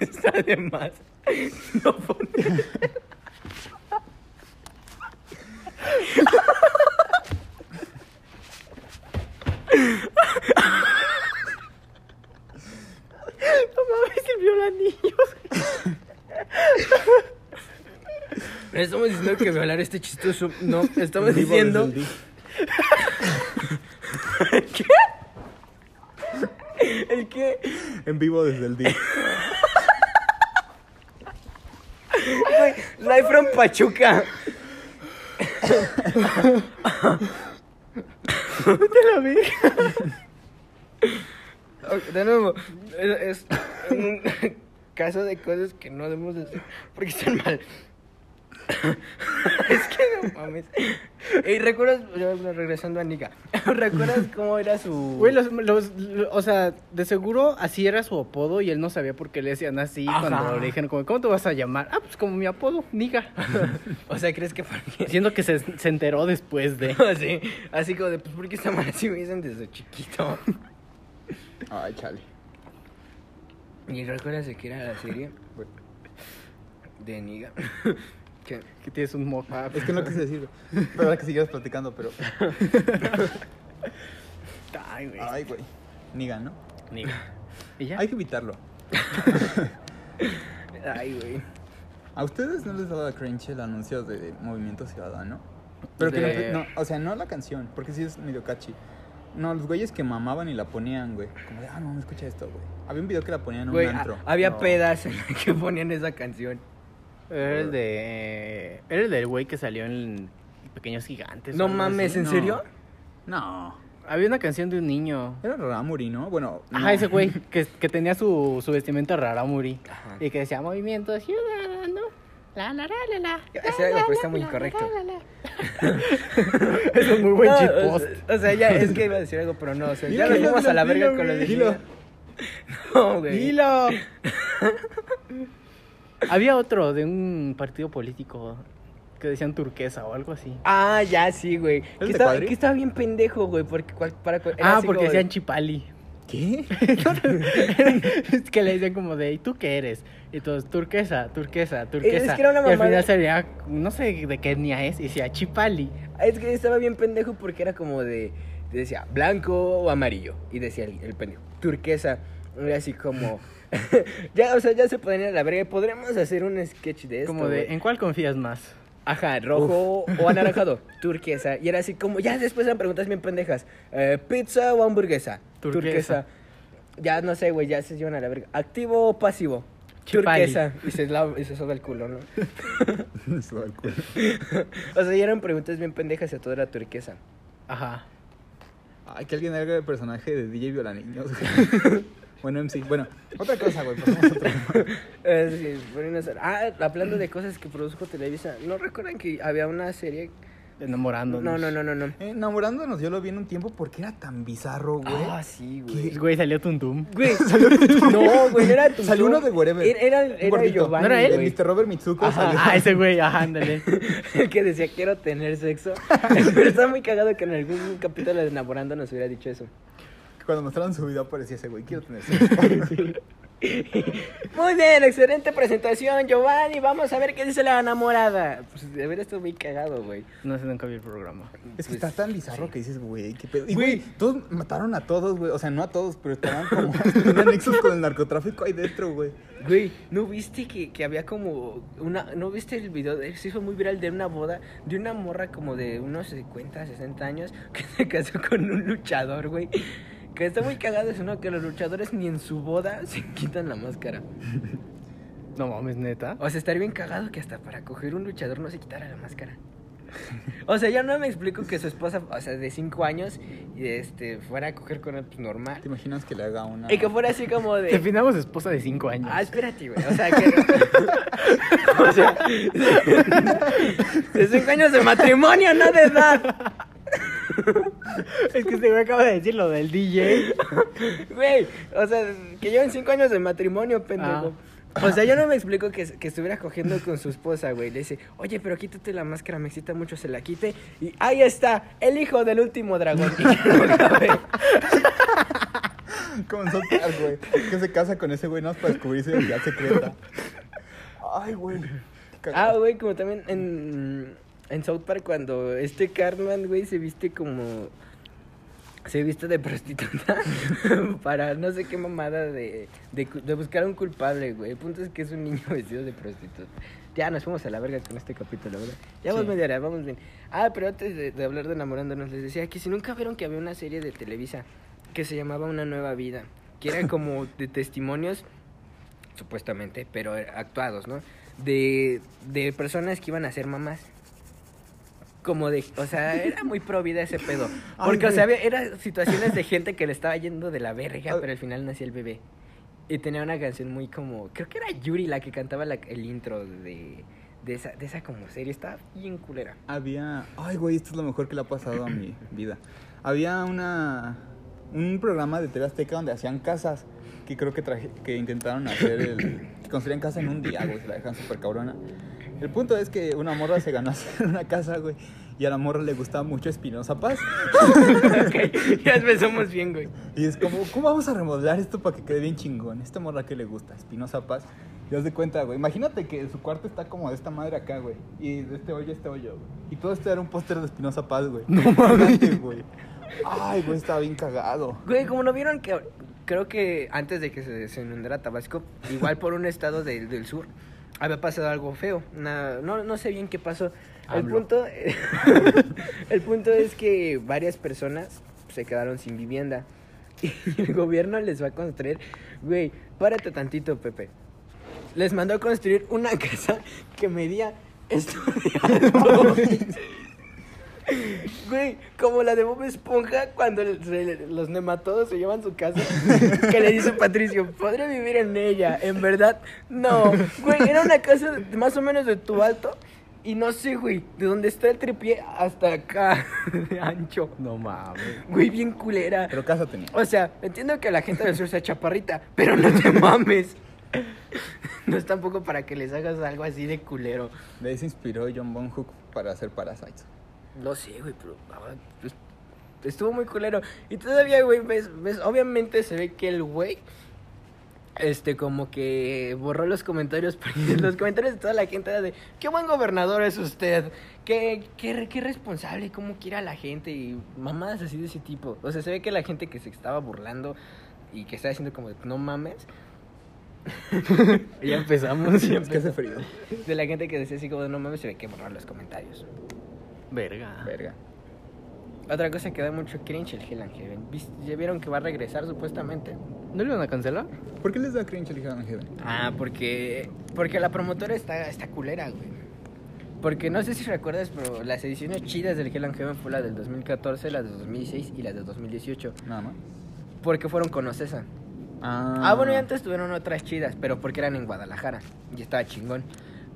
[SPEAKER 3] está de más. No poner.
[SPEAKER 2] No mames, el violanillo.
[SPEAKER 3] No estamos diciendo que violar este chistoso. No, estamos
[SPEAKER 1] Vivo
[SPEAKER 3] diciendo.
[SPEAKER 1] desde el
[SPEAKER 3] ¿El qué?
[SPEAKER 1] D. En vivo desde el día.
[SPEAKER 3] Güey, Live from Pachuca.
[SPEAKER 2] Te la verga.
[SPEAKER 3] Ok, de nuevo, es, es un caso de cosas que no debemos decir porque están mal. es que no mames. Y recuerdas, ya regresando a Nika, ¿recuerdas cómo era su.
[SPEAKER 2] Güey, los, los, lo- o sea, de seguro así era su apodo y él no sabía por qué le decían así
[SPEAKER 3] Ajá.
[SPEAKER 2] cuando le dijeron, como, ¿cómo te vas a llamar? Ah, pues como mi apodo, Niga.
[SPEAKER 3] O sea, ¿crees que por qué?
[SPEAKER 2] Siendo que se, se enteró después de...
[SPEAKER 3] Así, así como de, pues, ¿por qué está mal así? Me dicen desde chiquito.
[SPEAKER 1] Ay, chale.
[SPEAKER 3] ¿Y recuerdas de que era la serie
[SPEAKER 1] güey.
[SPEAKER 3] de Niga? que
[SPEAKER 2] Que tienes un mojo.
[SPEAKER 1] Es que no quise decirlo. Pero ahora que sigas platicando, pero.
[SPEAKER 2] Ay, güey.
[SPEAKER 1] Ay, güey. Niga, ¿no?
[SPEAKER 2] Niga. ¿Y ya?
[SPEAKER 1] Hay que evitarlo.
[SPEAKER 3] Ay, güey.
[SPEAKER 1] ¿A ustedes no les daba cringe el anuncio de Movimiento Ciudadano? Pero
[SPEAKER 2] De-
[SPEAKER 1] que no, no, o sea, no la canción, porque sí es medio catchy. No, los güeyes que mamaban y la ponían, güey. Como de, ah, no, no escucha esto, güey. Había un video que la ponían en un
[SPEAKER 3] Güey, a-
[SPEAKER 1] antro.
[SPEAKER 3] había
[SPEAKER 2] No.
[SPEAKER 3] pedas en las que ponían esa canción.
[SPEAKER 2] Era el de... Era el del güey que salió en Pequeños Gigantes. o
[SPEAKER 3] No
[SPEAKER 2] algo
[SPEAKER 3] mames,
[SPEAKER 2] así.
[SPEAKER 3] ¿en
[SPEAKER 2] No.
[SPEAKER 3] serio?
[SPEAKER 1] No.
[SPEAKER 2] Había una canción de un niño.
[SPEAKER 1] Era Ramuri, ¿no? Bueno. no.
[SPEAKER 2] Ajá, ese güey que, que tenía su, su vestimenta rara, Muri.
[SPEAKER 3] Ajá.
[SPEAKER 2] Y que decía movimiento ciudadano. La, la, la, la, la.
[SPEAKER 3] Ese algo, pero está muy incorrecto.
[SPEAKER 2] Ah, Es un muy buen
[SPEAKER 3] No,
[SPEAKER 2] cheat
[SPEAKER 3] o-
[SPEAKER 2] post.
[SPEAKER 3] O, sea, ya es que iba a decir algo, pero no, o sea,
[SPEAKER 1] Dilo,
[SPEAKER 3] ya lo
[SPEAKER 1] dilo,
[SPEAKER 3] llevamos a la
[SPEAKER 1] dilo,
[SPEAKER 3] verga
[SPEAKER 1] dilo,
[SPEAKER 3] con lo de
[SPEAKER 1] dilo.
[SPEAKER 3] Liga. No,
[SPEAKER 2] ¡Dilo!
[SPEAKER 3] güey.
[SPEAKER 2] Había otro de un partido político que decían turquesa o algo así.
[SPEAKER 3] Ah, ya sí, güey.
[SPEAKER 1] de
[SPEAKER 3] Que estaba,
[SPEAKER 1] cuadri?
[SPEAKER 3] que estaba bien pendejo, güey, porque cual- para cual- era
[SPEAKER 2] Ah,
[SPEAKER 3] así
[SPEAKER 2] porque
[SPEAKER 3] como de-
[SPEAKER 2] decían chipali.
[SPEAKER 1] ¿Qué?
[SPEAKER 2] Es que le decían como de, ¿y tú qué eres? Y todos, turquesa, turquesa, turquesa.
[SPEAKER 3] que era una
[SPEAKER 2] y al
[SPEAKER 3] mamada.
[SPEAKER 2] final sería, no sé de qué etnia es, y decía chipali.
[SPEAKER 3] Es que estaba bien pendejo porque era como de. Decía blanco o amarillo. Y decía el, el pendejo. Turquesa. Era así como. ya, o sea, ya se podían ir a la verga. Podríamos hacer un sketch de esto.
[SPEAKER 2] Como de,
[SPEAKER 3] güey.
[SPEAKER 2] ¿en cuál confías más?
[SPEAKER 3] Ajá, rojo o anaranjado. Turquesa. Y era así como. Ya después eran preguntas bien pendejas. Eh, ¿Pizza o hamburguesa?
[SPEAKER 2] Turquesa.
[SPEAKER 3] Ya no sé, güey. Ya se llevan a la verga. ¿Activo o pasivo?
[SPEAKER 2] Chipali.
[SPEAKER 3] turquesa. Y se, lava- y se soba el culo, ¿no?
[SPEAKER 1] Se va el culo.
[SPEAKER 3] O sea, ya eran preguntas bien pendejas y todo era turquesa.
[SPEAKER 2] Ajá.
[SPEAKER 1] Ay, que alguien haga el personaje de DJ Viola Niños. güey. bueno, MC. Bueno, otra cosa, güey. pasamos a otro.
[SPEAKER 3] Eh, sí, por una- Ah, hablando de cosas que produjo Televisa, ¿no recuerdan que había una serie? No,
[SPEAKER 2] Enamorándonos.
[SPEAKER 3] no, no, no, no.
[SPEAKER 1] Eh, Enamorándonos, yo lo vi en un tiempo porque era tan bizarro, güey.
[SPEAKER 3] Ah, sí, güey.
[SPEAKER 2] El Güey, salió Tuntum.
[SPEAKER 3] Güey, no, güey, era tu
[SPEAKER 1] Salió uno de Wherever.
[SPEAKER 3] Era, era,
[SPEAKER 1] Un
[SPEAKER 3] era
[SPEAKER 1] gordito.
[SPEAKER 3] Giovanni,
[SPEAKER 2] ¿No era él?
[SPEAKER 1] El
[SPEAKER 3] güey.
[SPEAKER 1] Mr. Robert Mitsuko
[SPEAKER 2] Ajá,
[SPEAKER 1] salió.
[SPEAKER 2] ah, ese güey, ajá, ándale.
[SPEAKER 3] El que decía quiero tener sexo. Pero está muy cagado que en algún capítulo de Enamorando nos hubiera dicho eso.
[SPEAKER 1] Cuando mostraron su video aparecía ese güey. Quiero tener sexo.
[SPEAKER 3] Muy bien, excelente presentación, Giovanni. Vamos a ver qué dice la enamorada. Pues de ver esto muy cagado, güey.
[SPEAKER 2] No sé, nunca vi el programa.
[SPEAKER 1] Es que
[SPEAKER 3] Pues,
[SPEAKER 1] está tan bizarro que dices, güey, qué pedo. Y,
[SPEAKER 3] Güey.
[SPEAKER 1] güey, todos mataron a todos, güey. O sea, no a todos, pero estaban como. Tenían nexos con el narcotráfico ahí dentro, güey.
[SPEAKER 3] Güey, ¿no viste que, que había como una... ¿No viste el video? de- Se hizo muy viral de una boda de una morra como de unos 50, 60 años que se casó con un luchador, güey. Que está muy cagado eso, ¿no? Que los luchadores ni en su boda se quitan la máscara.
[SPEAKER 2] No mames, neta.
[SPEAKER 3] O sea, estaría bien cagado que hasta para coger un luchador no se quitara la máscara. O sea, yo no me explico que su esposa, o sea, de 5 años, y, este, fuera a coger con él, pues, normal.
[SPEAKER 1] ¿Te imaginas que le haga una.
[SPEAKER 3] Y que fuera así como de...
[SPEAKER 2] Definamos esposa de 5 años.
[SPEAKER 3] Ah, espérate, güey. O sea, que. o sea. De cinco años de matrimonio, no de edad.
[SPEAKER 2] es que este güey acaba de decir lo del DJ.
[SPEAKER 3] Güey, o sea, que llevan cinco años de matrimonio, pendejo. O sea, yo no me explico que, que estuviera cogiendo con su esposa, güey. Le dice, oye, pero quítate la máscara, me excita mucho, se la quite. Y ahí está, el hijo del último dragón.
[SPEAKER 1] Comenzó a güey. Que se casa con ese güey, no para descubrir su identidad secreta. Ay, güey.
[SPEAKER 3] ah, güey, como también en, en South Park, cuando este Cartman, güey, se viste como. Se viste de prostituta para no sé qué mamada de, de, cu- de buscar a un culpable, güey. El punto es que es un niño vestido de prostituta. Ya nos fuimos a la verga con este capítulo, ¿verdad? Ya vamos
[SPEAKER 2] Sí.
[SPEAKER 3] media hora, vamos bien. Ah, pero antes de, de hablar de enamorándonos, les decía que si nunca vieron que había una serie de Televisa que se llamaba Una Nueva Vida, que era como de testimonios supuestamente, pero actuados, ¿no? De, de personas que iban a ser mamás. Como de, o sea, era muy pro vida ese pedo.
[SPEAKER 1] Ay,
[SPEAKER 3] Porque, o sea,
[SPEAKER 1] güey.
[SPEAKER 3] había, era situaciones de gente que le estaba yendo de la verga,
[SPEAKER 1] Ay.
[SPEAKER 3] pero al final nacía el bebé. Y tenía una canción muy como, creo que era Yuri la que cantaba la- el intro de, de, esa, de esa como serie. Estaba bien culera.
[SPEAKER 1] Había. Ay, güey, esto es lo mejor que le ha pasado a mi vida. Había una. Un programa de TV Azteca donde hacían casas. Que creo que, traje- que intentaron hacer el. Que construían casa en un día, güey. Se la dejan súper cabrona. El punto es que una morra se ganó hacer una casa, güey. Y a la morra le gustaba mucho Espinosa Paz.
[SPEAKER 3] ok, ya empezamos bien, güey.
[SPEAKER 1] Y es como, ¿cómo vamos a remodelar esto para que quede bien chingón? Esta morra que le gusta, Espinosa Paz. Y haz de cuenta, güey. Imagínate que su cuarto está como de esta madre acá, güey. Y de este hoyo, este hoyo, güey. Y todo esto era un póster de Espinosa Paz, güey. No mames, güey. Ay, güey, estaba bien cagado.
[SPEAKER 3] Güey, como no vieron que creo que antes de que se, se inundara Tabasco, igual por un estado del, del sur, había pasado algo feo. Una- no, no sé bien qué pasó. El
[SPEAKER 2] AMLO.
[SPEAKER 3] punto, el punto es que varias personas se quedaron sin vivienda. Y el gobierno les va a construir. Güey, párate tantito, Pepe. Les mandó a construir una casa que medía esto de alto. Güey, como la de Bob Esponja cuando el- se- los nematodos se llevan su casa. Que le dice Patricio, ¿podré vivir en ella? En verdad, no. Güey, era una casa de- más o menos de tu alto. Y no sé, güey, de donde está el tripié hasta acá, de ancho.
[SPEAKER 2] No mames.
[SPEAKER 3] Güey, bien culera.
[SPEAKER 1] Pero casa tenía.
[SPEAKER 3] O sea, entiendo que la gente del sur sea chaparrita, pero no te mames. No es tampoco para que les hagas algo así de culero.
[SPEAKER 1] De ahí se inspiró John Bon Hook para hacer Parasites.
[SPEAKER 3] No sé, güey, pero ah, pues, estuvo muy culero. Y todavía, güey, ves, ves, obviamente se ve que el güey, este, como que borró los comentarios, porque los comentarios de toda la gente era de, qué buen gobernador es usted, qué, qué, qué responsable, cómo quiere a la gente, y mamadas así de ese tipo. O sea, se ve que la gente que se estaba burlando y que estaba diciendo como, de, no mames,
[SPEAKER 2] Ya empezamos.
[SPEAKER 1] Es que hace frío.
[SPEAKER 3] de la gente que decía así como, de, no mames, se ve que borrar los comentarios.
[SPEAKER 2] Verga.
[SPEAKER 1] Verga.
[SPEAKER 3] Otra cosa que da mucho cringe el Hell and Heaven. ¿Viste- ¿Ya vieron que va a regresar supuestamente?
[SPEAKER 2] ¿No lo iban a cancelar?
[SPEAKER 1] ¿Por qué les da cringe el Hidden Heaven?
[SPEAKER 3] Ah, porque. Porque la promotora está, está culera, güey. Porque no sé si recuerdas, pero las ediciones chidas del Hell and Heaven fue la del 2014, la de 2016 y la de 2018.
[SPEAKER 1] Nada más.
[SPEAKER 3] Porque fueron con Ocesa. Ah, bueno, y antes tuvieron otras chidas, pero porque eran en Guadalajara y estaba chingón.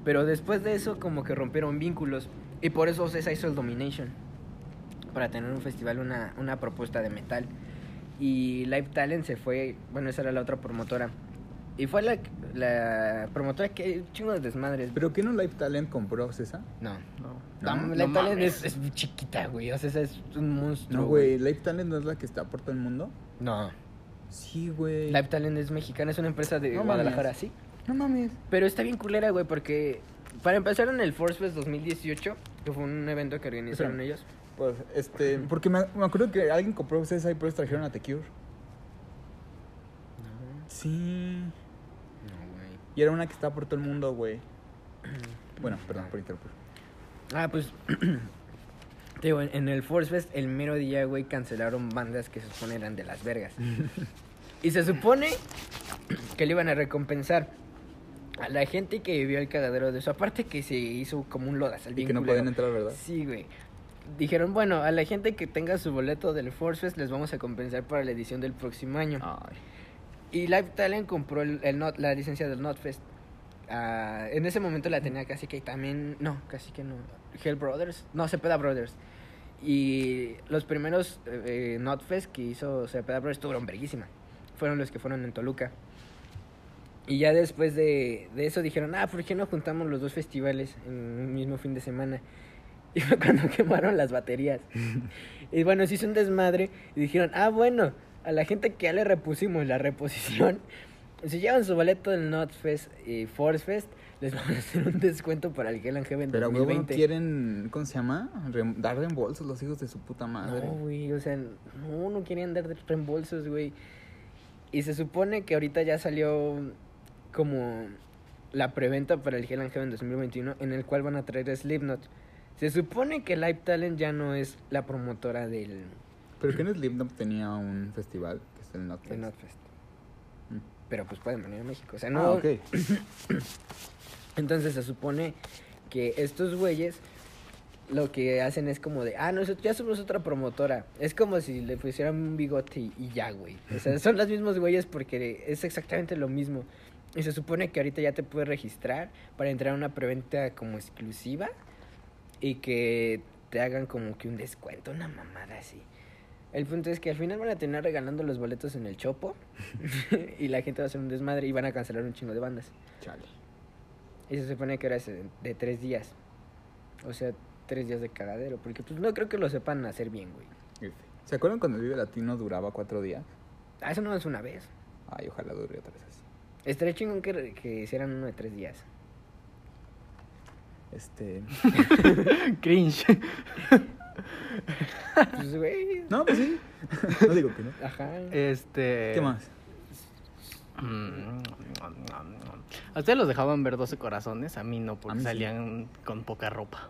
[SPEAKER 3] Pero después de eso, como que rompieron vínculos. Y por eso Ocesa hizo el Domination. Para tener un festival, una, una propuesta de metal. Y Live Talent se fue, bueno, esa era la otra promotora. Y fue la, la promotora que chingo de desmadres.
[SPEAKER 1] ¿Pero qué no Live Talent compró César?
[SPEAKER 3] No.
[SPEAKER 2] No.
[SPEAKER 3] Tam-
[SPEAKER 1] no
[SPEAKER 3] Live Talent
[SPEAKER 1] mames.
[SPEAKER 3] es, es muy chiquita, güey. Ocesa es un monstruo.
[SPEAKER 1] No, güey. Live Talent no es la que está por todo el mundo.
[SPEAKER 3] No.
[SPEAKER 1] Sí, güey.
[SPEAKER 3] Live Talent es mexicana, es una empresa de
[SPEAKER 1] No mames.
[SPEAKER 3] Guadalajara, sí.
[SPEAKER 1] No mames.
[SPEAKER 3] Pero está bien culera, güey, porque para empezar en el Force Fest 2018, que fue un evento que
[SPEAKER 1] Espérame.
[SPEAKER 3] organizaron ellos.
[SPEAKER 1] Pues, este, porque me, me acuerdo que alguien compró César y por eso trajeron a The Cure. Sí.
[SPEAKER 3] No, güey.
[SPEAKER 1] Y era una que estaba por todo el mundo, güey. Bueno, perdón por interrumpir.
[SPEAKER 3] Ah, pues. Te digo, en- en el Force Fest, el mero día, güey, cancelaron bandas que se supone eran de las vergas. y se supone que le iban a recompensar a la gente que vivió el cagadero de eso. Aparte que se hizo como un lodas.
[SPEAKER 1] Y que no podían entrar, ¿verdad?
[SPEAKER 3] Sí, güey. Dijeron, bueno, a la gente que tenga su boleto del Force Fest les vamos a compensar para la edición del próximo año.
[SPEAKER 1] Ay.
[SPEAKER 3] Y Live Talent compró el, el Not- la licencia del Notfest. Ah, en ese momento la tenía casi que también. No, casi que no. Hell Brothers. No, Cepeda Brothers. Y los primeros eh, eh, Notfest que hizo Cepeda Brothers estuvieron verguísima. Fueron los que fueron en Toluca. Y ya después de, de eso dijeron, ah, ¿por qué no juntamos los dos festivales en un mismo fin de semana? Y fue cuando quemaron las baterías. Y bueno, se hizo un desmadre y dijeron, ah, bueno, a la gente que ya le repusimos la reposición, si llevan su boleto del Notfest y Force Fest, les vamos a hacer un descuento para el Hell and Heaven
[SPEAKER 1] Pero, güey, no
[SPEAKER 3] 2020.
[SPEAKER 1] quieren, ¿cómo se llama? Rem- dar reembolsos los hijos de su puta
[SPEAKER 3] No,
[SPEAKER 1] madre.
[SPEAKER 3] güey, o sea, no, no querían dar reembolsos, güey. Y se supone que ahorita ya salió como la preventa para el Hell and Heaven 2021, en el cual van a traer a Slipknot. Se supone que Live Talent ya no es la promotora del
[SPEAKER 1] Pero que en Slipknot tenía un festival que es el Notfest.
[SPEAKER 3] del Notfest.
[SPEAKER 1] Mm.
[SPEAKER 3] Pero pues pueden venir a México. O sea, no.
[SPEAKER 1] Ah, ok.
[SPEAKER 3] Entonces se supone que estos güeyes lo que hacen es como de, ah, nosotros ya somos otra promotora. Es como si le pusieran un bigote y, y ya, güey. O sea, son los mismos güeyes porque es exactamente lo mismo. Y se supone que ahorita ya te puedes registrar para entrar a una preventa como exclusiva y que te hagan como que un descuento, una mamada así. El punto es que al final van a tener regalando los boletos en el chopo y la gente va a hacer un desmadre y van a cancelar un chingo de bandas.
[SPEAKER 1] Chale.
[SPEAKER 3] Y se supone que era ese- de tres días. O sea, tres días de cagadero. Porque pues no creo que lo sepan hacer bien, güey.
[SPEAKER 1] F. ¿Se acuerdan cuando el Vive Latino duraba cuatro días?
[SPEAKER 3] Ah, eso no es una vez.
[SPEAKER 1] Ay, ojalá dure otra vez así.
[SPEAKER 3] Estaría chingón que, re- que hicieran uno de tres días.
[SPEAKER 1] Este.
[SPEAKER 2] Cringe.
[SPEAKER 3] Pues, güey.
[SPEAKER 1] No, pues sí. No digo que no.
[SPEAKER 3] Ajá.
[SPEAKER 2] Este.
[SPEAKER 1] ¿Qué más?
[SPEAKER 2] Mm, A ustedes los dejaban ver 12 corazones, a mí no,
[SPEAKER 1] A
[SPEAKER 2] porque
[SPEAKER 1] mí sí.
[SPEAKER 2] salían con poca ropa.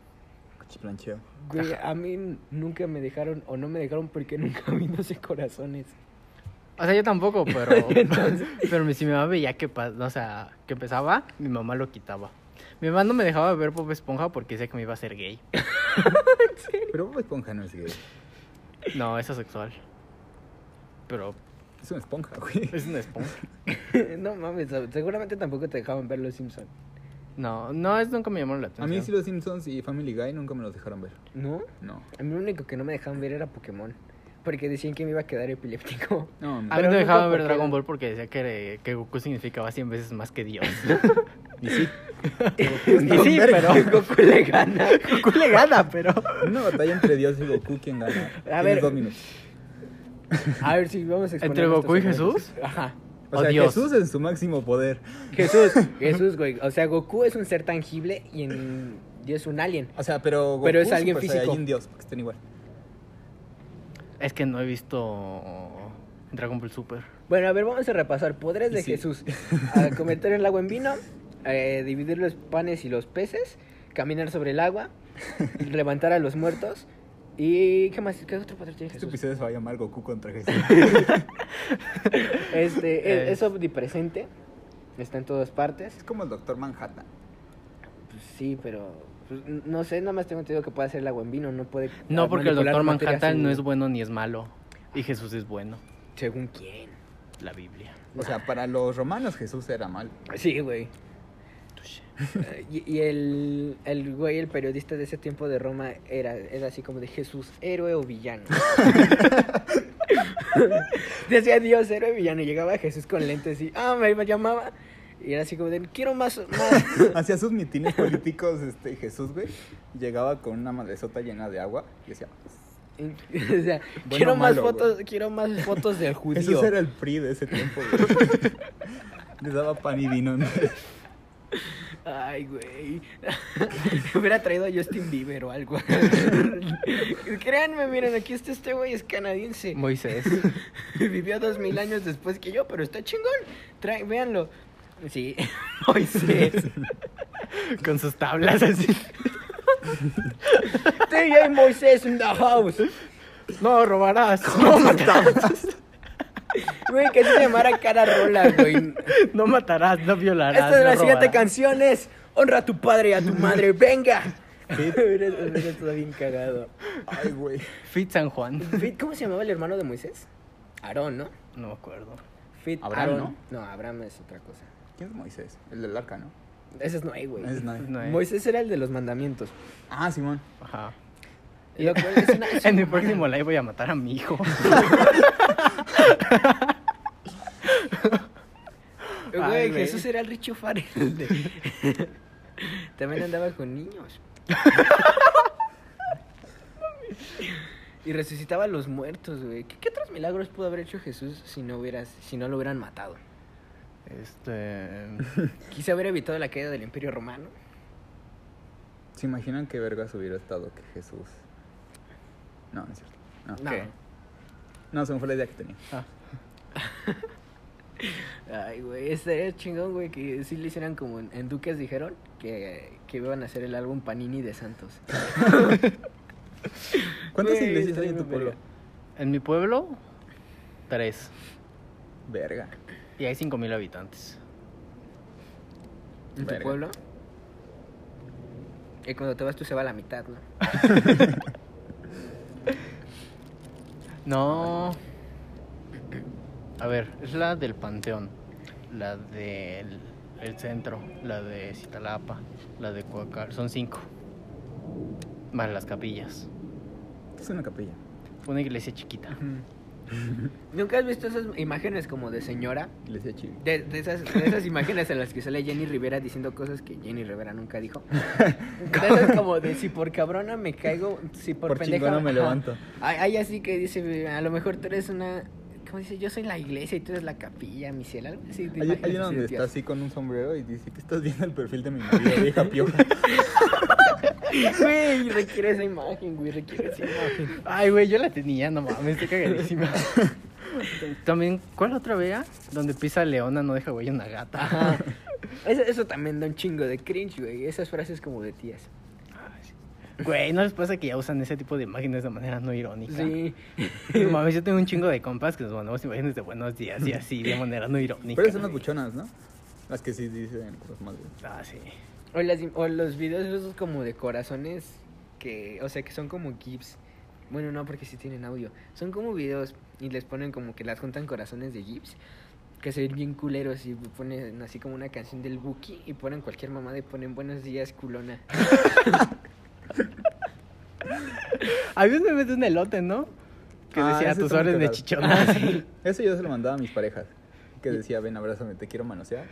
[SPEAKER 1] Cuchiplancheo.
[SPEAKER 3] Güey, a mí n- nunca me dejaron, o no me dejaron porque nunca vi 12 corazones.
[SPEAKER 2] O sea, yo tampoco, pero. pero mi- si mi mamá veía que, pa- o sea, que empezaba, mi mamá lo quitaba. Mi mamá no me dejaba ver Bob Esponja porque decía que me iba a ser gay.
[SPEAKER 1] Pero Bob Esponja no es gay.
[SPEAKER 2] No, es asexual. Pero
[SPEAKER 1] Es una esponja, güey.
[SPEAKER 2] es una esponja.
[SPEAKER 3] no mames, seguramente tampoco te dejaban ver los Simpsons.
[SPEAKER 2] No, no, es nunca me llamaron la
[SPEAKER 1] A
[SPEAKER 2] atención.
[SPEAKER 1] mí sí los Simpsons y Family Guy nunca me los dejaron ver.
[SPEAKER 3] ¿No?
[SPEAKER 1] No.
[SPEAKER 3] A mí lo único que no me dejaban ver era Pokémon. Porque decían que me iba a quedar epiléptico.
[SPEAKER 1] No, no.
[SPEAKER 2] A mí
[SPEAKER 3] Pero
[SPEAKER 2] no
[SPEAKER 3] nunca
[SPEAKER 2] dejaban ver
[SPEAKER 3] porque-
[SPEAKER 2] Dragon Ball porque decía que, que Goku significaba 100 veces más que Dios.
[SPEAKER 1] Y sí.
[SPEAKER 2] Y sí, pero
[SPEAKER 3] Goku le gana.
[SPEAKER 2] Goku le gana, pero...
[SPEAKER 1] Una batalla entre Dios y Goku, ¿quién gana? Tienes
[SPEAKER 3] ver.
[SPEAKER 1] dos minutos.
[SPEAKER 3] A ver si vamos a exponer
[SPEAKER 2] ¿Entre Goku
[SPEAKER 3] nuestros
[SPEAKER 2] y
[SPEAKER 3] secretos.
[SPEAKER 2] Jesús?
[SPEAKER 3] Ajá.
[SPEAKER 1] O
[SPEAKER 2] Oh,
[SPEAKER 1] sea,
[SPEAKER 2] Dios.
[SPEAKER 1] Jesús en su máximo poder.
[SPEAKER 3] Jesús, Jesús, güey. O sea, Goku es un ser tangible y en Dios es un alien.
[SPEAKER 1] O sea, pero Goku
[SPEAKER 3] Pero es alguien
[SPEAKER 1] Super
[SPEAKER 3] físico.
[SPEAKER 1] Saiyajin Dios, porque están igual. Este
[SPEAKER 2] Es que no he visto Dragon Ball Super.
[SPEAKER 3] Bueno, a ver, vamos a repasar. Poderes
[SPEAKER 1] Y
[SPEAKER 3] de
[SPEAKER 1] sí.
[SPEAKER 3] Jesús. Ah, cometer el agua en vino, eh, dividir los panes y los peces, caminar sobre el agua, levantar a los muertos, ¿Y qué más? ¿Qué otro patrón tiene
[SPEAKER 1] Este
[SPEAKER 3] Jesús?
[SPEAKER 1] episodio se va a llamar Goku contra Jesús.
[SPEAKER 3] Este,
[SPEAKER 2] Eh.
[SPEAKER 3] e- es, omnipresente. Está en todas partes.
[SPEAKER 1] es como el Doctor Manhattan.
[SPEAKER 3] Pues sí, pero pues, n- no sé, nada más tengo entendido que puede hacer el agua en vino, no puede.
[SPEAKER 2] No, porque el
[SPEAKER 3] manipular
[SPEAKER 2] doctor
[SPEAKER 3] materia
[SPEAKER 2] Manhattan
[SPEAKER 3] sin-
[SPEAKER 2] no es bueno ni es malo. Y Jesús es bueno,
[SPEAKER 3] Según quién.
[SPEAKER 2] la Biblia.
[SPEAKER 1] O sea, para los romanos Jesús era mal.
[SPEAKER 3] Sí, güey. Eh, Y, y el, el güey, el periodista de ese tiempo de Roma, era, era así como de Jesús, héroe o villano. Decía Dios, héroe o villano. Y llegaba Jesús con lentes y, ah, me me llamaba. Y era así como de, quiero más. más".
[SPEAKER 1] Hacía sus mitines políticos, este Jesús, güey. Llegaba con una madresota llena de agua y decía,
[SPEAKER 3] o sea, quiero, más
[SPEAKER 1] malo,
[SPEAKER 3] fotos,
[SPEAKER 1] güey.
[SPEAKER 3] quiero más fotos del judío.
[SPEAKER 1] Jesús era el PRI de ese tiempo, güey. Les daba pan y vino. ¿no?
[SPEAKER 3] Ay, güey. Hubiera traído a Justin Bieber o algo. Créanme, miren, aquí está este güey, es canadiense.
[SPEAKER 2] Moisés.
[SPEAKER 3] Vivió dos mil años después que yo, pero está chingón. Tra- véanlo. Sí, Moisés.
[SPEAKER 2] Con sus tablas así.
[SPEAKER 3] DJ Moisés in the house.
[SPEAKER 2] No, robarás. No matarás.
[SPEAKER 3] Güey, que se llamara cara rola, güey.
[SPEAKER 2] No matarás, no violarás.
[SPEAKER 3] Esta es
[SPEAKER 2] no
[SPEAKER 3] la siguiente
[SPEAKER 2] robarás.
[SPEAKER 3] canción es Honra a tu padre y a tu madre, venga. Hubiera hubiera estado bien cagado.
[SPEAKER 1] Ay, güey.
[SPEAKER 2] Fit San Juan.
[SPEAKER 3] Fit, ¿Cómo se llamaba el hermano de Moisés? Aarón, ¿no?
[SPEAKER 2] No me acuerdo.
[SPEAKER 3] Fit,
[SPEAKER 1] Abraham,
[SPEAKER 3] Aarón.
[SPEAKER 1] ¿no?
[SPEAKER 3] No, Abraham es otra cosa.
[SPEAKER 1] ¿Quién es Moisés? El del arca, ¿no?
[SPEAKER 3] Ese es Noé, güey.
[SPEAKER 1] Ese es Noé.
[SPEAKER 2] No es.
[SPEAKER 3] Moisés era el de los mandamientos.
[SPEAKER 1] Ah, Simón.
[SPEAKER 2] Ajá.
[SPEAKER 3] Lo cual es una- es
[SPEAKER 2] En mi
[SPEAKER 3] una-
[SPEAKER 2] próximo live voy a matar a mi hijo. Ay,
[SPEAKER 3] Güey,
[SPEAKER 2] güey.
[SPEAKER 3] Jesús era el Richo Farrell. También andaba con niños. y resucitaba a los muertos, güey. ¿Qué, qué otros milagros pudo haber hecho Jesús si no, hubieras, si no lo hubieran matado?
[SPEAKER 2] Este.
[SPEAKER 3] Quise haber evitado la caída del Imperio Romano.
[SPEAKER 1] ¿Se imaginan qué vergas hubiera estado que Jesús? No, no es cierto. No,
[SPEAKER 3] No.
[SPEAKER 2] ¿Qué?
[SPEAKER 1] no se me fue la idea que tenía.
[SPEAKER 2] Ah,
[SPEAKER 3] Ay, güey, estaría chingón, güey, que sí le hicieran como en, en Duques dijeron que, que iban a hacer el álbum Panini de Santos.
[SPEAKER 1] ¿Cuántas
[SPEAKER 3] Güey,
[SPEAKER 1] iglesias
[SPEAKER 3] está
[SPEAKER 1] hay en tu
[SPEAKER 3] bien verga.
[SPEAKER 1] pueblo?
[SPEAKER 2] En mi pueblo, tres.
[SPEAKER 1] Verga.
[SPEAKER 2] Y hay cinco mil habitantes.
[SPEAKER 3] ¿En tu
[SPEAKER 1] Verga.
[SPEAKER 3] pueblo? Y cuando te vas tú se va a la mitad, ¿no?
[SPEAKER 2] No. A ver, es la del Panteón, la del el centro, la de Citalapa, la de Coacar. Son cinco. Más las capillas.
[SPEAKER 1] Es una capilla.
[SPEAKER 2] Una iglesia chiquita.
[SPEAKER 3] ¿Nunca has visto esas imágenes como de señora?
[SPEAKER 1] Iglesia chivi.
[SPEAKER 3] De, de esas, de esas imágenes en las que sale Jenny Rivera diciendo cosas que Jenny Rivera nunca dijo. De esas como de si por cabrona me caigo, si por,
[SPEAKER 1] Por
[SPEAKER 3] pendeja
[SPEAKER 1] chingona me
[SPEAKER 3] ajá.
[SPEAKER 1] levanto.
[SPEAKER 3] Hay, hay así que dice, a lo mejor tú eres una... ¿Cómo dice? Yo soy la iglesia y tú eres la capilla, mi cielo. algo así de
[SPEAKER 1] Hay,
[SPEAKER 3] imágenes
[SPEAKER 1] hay una
[SPEAKER 3] así
[SPEAKER 1] donde
[SPEAKER 3] de
[SPEAKER 1] está
[SPEAKER 3] tías.
[SPEAKER 1] así con un sombrero y dice que estás viendo el perfil de mi marido, vieja pioja.
[SPEAKER 3] Güey, requiere esa imagen, güey, requiere esa imagen.
[SPEAKER 2] Ay, güey, yo la tenía, no mames, estoy cagadísima. También, ¿cuál otra vea? Donde pisa leona, no deja güey una gata.
[SPEAKER 3] Ajá. Eso, eso también da un chingo de cringe, güey. Esas frases como de tías.
[SPEAKER 2] Güey, ¿no les pasa que ya usan ese tipo de imágenes de manera no irónica?
[SPEAKER 3] Sí.
[SPEAKER 2] No mames, yo tengo un chingo de compas que nos mandamos imágenes de buenos días y así, de manera no irónica.
[SPEAKER 1] Pero son las buchonas, ¿no? Las que sí dicen cosas más. güey.
[SPEAKER 2] Ah, sí.
[SPEAKER 3] O, las im- o los videos esos como de corazones que, o sea, que son como GIFs. Bueno, no, porque sí tienen audio. Son como videos y les ponen como que las juntan corazones de GIFs. Que se ven bien culeros y ponen así como una canción del Buki y ponen cualquier mamada y ponen buenos días, culona.
[SPEAKER 2] Había un meme de un elote, ¿no? Que
[SPEAKER 1] Ah,
[SPEAKER 2] decía
[SPEAKER 1] ese
[SPEAKER 2] tus
[SPEAKER 1] está muy
[SPEAKER 2] órdenes de
[SPEAKER 1] cagado.
[SPEAKER 2] chichona.
[SPEAKER 1] Eso yo se lo mandaba a mis parejas. Que decía, ven, abrázame, te quiero manosear.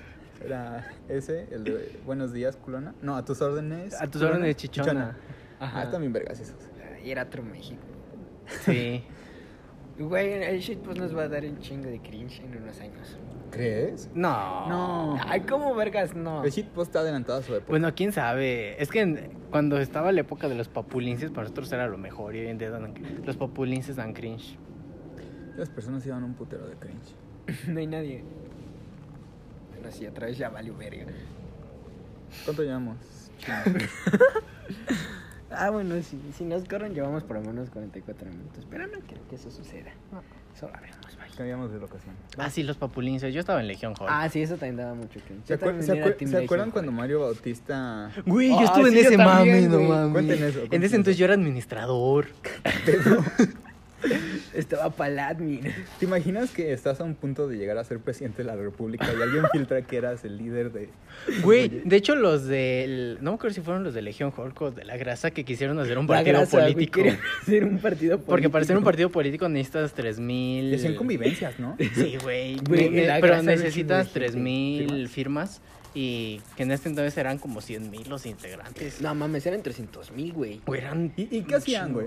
[SPEAKER 1] Era ese, el de buenos días, culona. No, a tus órdenes.
[SPEAKER 2] A tus
[SPEAKER 1] culona.
[SPEAKER 2] órdenes, chichona.
[SPEAKER 1] Ajá.
[SPEAKER 3] Ajá.
[SPEAKER 1] Ah, también vergas esos.
[SPEAKER 3] Y era otro México.
[SPEAKER 2] Sí.
[SPEAKER 3] Güey, el shit pues nos va a dar un chingo de cringe en unos años.
[SPEAKER 1] ¿Crees?
[SPEAKER 2] No.
[SPEAKER 1] No.
[SPEAKER 3] Ay, ¿cómo vergas? No.
[SPEAKER 1] El
[SPEAKER 2] Pues
[SPEAKER 1] shitpost está adelantado a su época.
[SPEAKER 2] Bueno, quién sabe. Es que en- cuando estaba la época de los papulinces, para nosotros era lo mejor. Y hoy en día dan- los papulinces dan cringe. Pues
[SPEAKER 1] Las personas iban un putero de cringe.
[SPEAKER 3] No hay nadie. Bueno, sí, otra vez ya valió verga.
[SPEAKER 1] ¿Cuánto llevamos?
[SPEAKER 3] Ah, bueno, si, si nos corren, llevamos por lo menos 44 minutos. Pero no creo que eso suceda. Solo hablamos, vaya.
[SPEAKER 1] Cambiamos de locación.
[SPEAKER 2] Ah, sí, los papulinces. Yo estaba en Legión Hall.
[SPEAKER 3] Ah, sí, eso también daba mucho que.
[SPEAKER 1] ¿Se,
[SPEAKER 3] Yo
[SPEAKER 1] acuer-
[SPEAKER 3] también
[SPEAKER 1] se
[SPEAKER 3] era
[SPEAKER 1] acuer-
[SPEAKER 3] Team
[SPEAKER 1] se acuerdan
[SPEAKER 3] Legion,
[SPEAKER 1] cuando Mario Bautista
[SPEAKER 2] Güey,
[SPEAKER 3] Ah,
[SPEAKER 2] yo estuve
[SPEAKER 3] sí,
[SPEAKER 2] en
[SPEAKER 3] yo
[SPEAKER 2] ese
[SPEAKER 3] también,
[SPEAKER 2] mame, no
[SPEAKER 3] güey.
[SPEAKER 2] mames.
[SPEAKER 1] Cuenten eso,
[SPEAKER 2] en
[SPEAKER 1] cuenten
[SPEAKER 2] ese entonces
[SPEAKER 1] eso.
[SPEAKER 2] yo era administrador.
[SPEAKER 3] güey. Estaba para admin.
[SPEAKER 1] ¿Te imaginas que estás a un punto de llegar a ser presidente de la República y alguien filtra que eras el líder de...
[SPEAKER 2] Güey, de hecho los del... No me acuerdo si fueron los de Legión Hall o de La Grasa que quisieron hacer un partido político.
[SPEAKER 3] Ser un partido político.
[SPEAKER 2] Porque para ser un partido político necesitas 3000...
[SPEAKER 1] Y hacían convivencias, ¿no?
[SPEAKER 2] Sí, güey.
[SPEAKER 3] Güey,
[SPEAKER 2] Ne-
[SPEAKER 3] en la
[SPEAKER 2] Pero
[SPEAKER 3] casa de un
[SPEAKER 2] necesitas
[SPEAKER 3] chingo de gente.
[SPEAKER 2] 3000 firmas y que en este entonces eran como 100.000 los integrantes.
[SPEAKER 3] No mames, eran 300 mil, güey.
[SPEAKER 2] Güey, eran
[SPEAKER 1] ¿Y, y qué hacían, güey?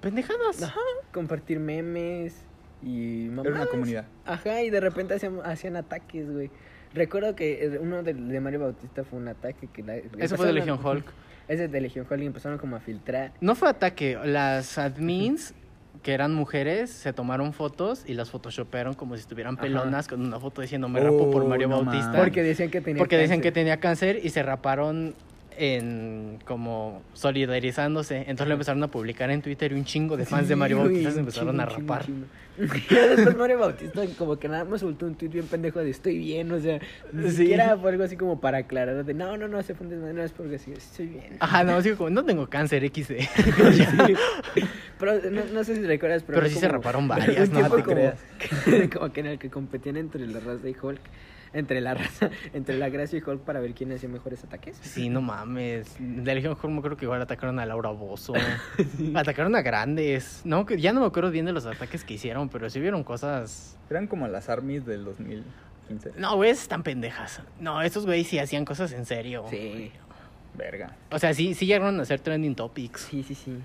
[SPEAKER 2] pendejadas.
[SPEAKER 3] Ajá. Compartir memes y mamás.
[SPEAKER 1] Era una comunidad.
[SPEAKER 3] Ajá, y de repente hacían, hacían ataques, güey. Recuerdo que eh, uno de, de Mario Bautista fue un ataque que... la-
[SPEAKER 2] Eso fue de
[SPEAKER 3] empezaron a-
[SPEAKER 2] Legión Hulk.
[SPEAKER 3] Ese es de Legión Hulk y empezaron como a filtrar.
[SPEAKER 2] No fue ataque, las admins que eran mujeres se tomaron fotos y las photoshopearon como si estuvieran
[SPEAKER 3] Ajá.
[SPEAKER 2] pelonas con una foto diciendo me rapo por
[SPEAKER 1] Oh,
[SPEAKER 2] Mario
[SPEAKER 1] no
[SPEAKER 2] Bautista.
[SPEAKER 1] mames.
[SPEAKER 3] Porque decían que tenía
[SPEAKER 2] Ah. porque decían que
[SPEAKER 3] cáncer.
[SPEAKER 2] tenía cáncer y se raparon en como solidarizándose. Entonces lo empezaron a publicar en Twitter y un chingo de fans de Mario
[SPEAKER 3] Sí, güey,
[SPEAKER 2] Bautista se
[SPEAKER 3] un
[SPEAKER 2] empezaron
[SPEAKER 3] chingo,
[SPEAKER 2] a
[SPEAKER 3] un chingo,
[SPEAKER 2] rapar.
[SPEAKER 3] un chingo. Y ya después Mario Bautista como que nada más soltó un tuit bien pendejo de estoy bien, o sea, ni
[SPEAKER 2] Sí.
[SPEAKER 3] siquiera fue algo así como para aclarar de no, no, no, se fue un desmadre, no es porque sí, estoy bien.
[SPEAKER 2] Ajá, no, digo como, no tengo cáncer E. XD.
[SPEAKER 3] Pero no, no sé si recuerdas, pero...
[SPEAKER 2] Pero
[SPEAKER 3] fue
[SPEAKER 2] sí se
[SPEAKER 3] como-
[SPEAKER 2] raparon
[SPEAKER 3] un
[SPEAKER 2] varias, no
[SPEAKER 3] tiempo
[SPEAKER 1] te
[SPEAKER 3] como,
[SPEAKER 1] creas.
[SPEAKER 3] como que en el que competían entre la raza y Hulk, entre la raza, entre la gracia y Hulk para ver quién hacía mejores ataques.
[SPEAKER 2] Sí, no mames. De Legión Hall me acuerdo que igual atacaron a Laura Bozo. Atacaron a grandes. No, que ya no me acuerdo bien de los ataques que hicieron, pero sí vieron cosas.
[SPEAKER 1] Eran como las armies del 2015.
[SPEAKER 2] No, güeyes están pendejas. No, estos güeyes sí hacían cosas en serio.
[SPEAKER 3] Sí,
[SPEAKER 1] Verga.
[SPEAKER 2] O sea, sí, sí llegaron a hacer trending topics.
[SPEAKER 3] sí, sí, sí.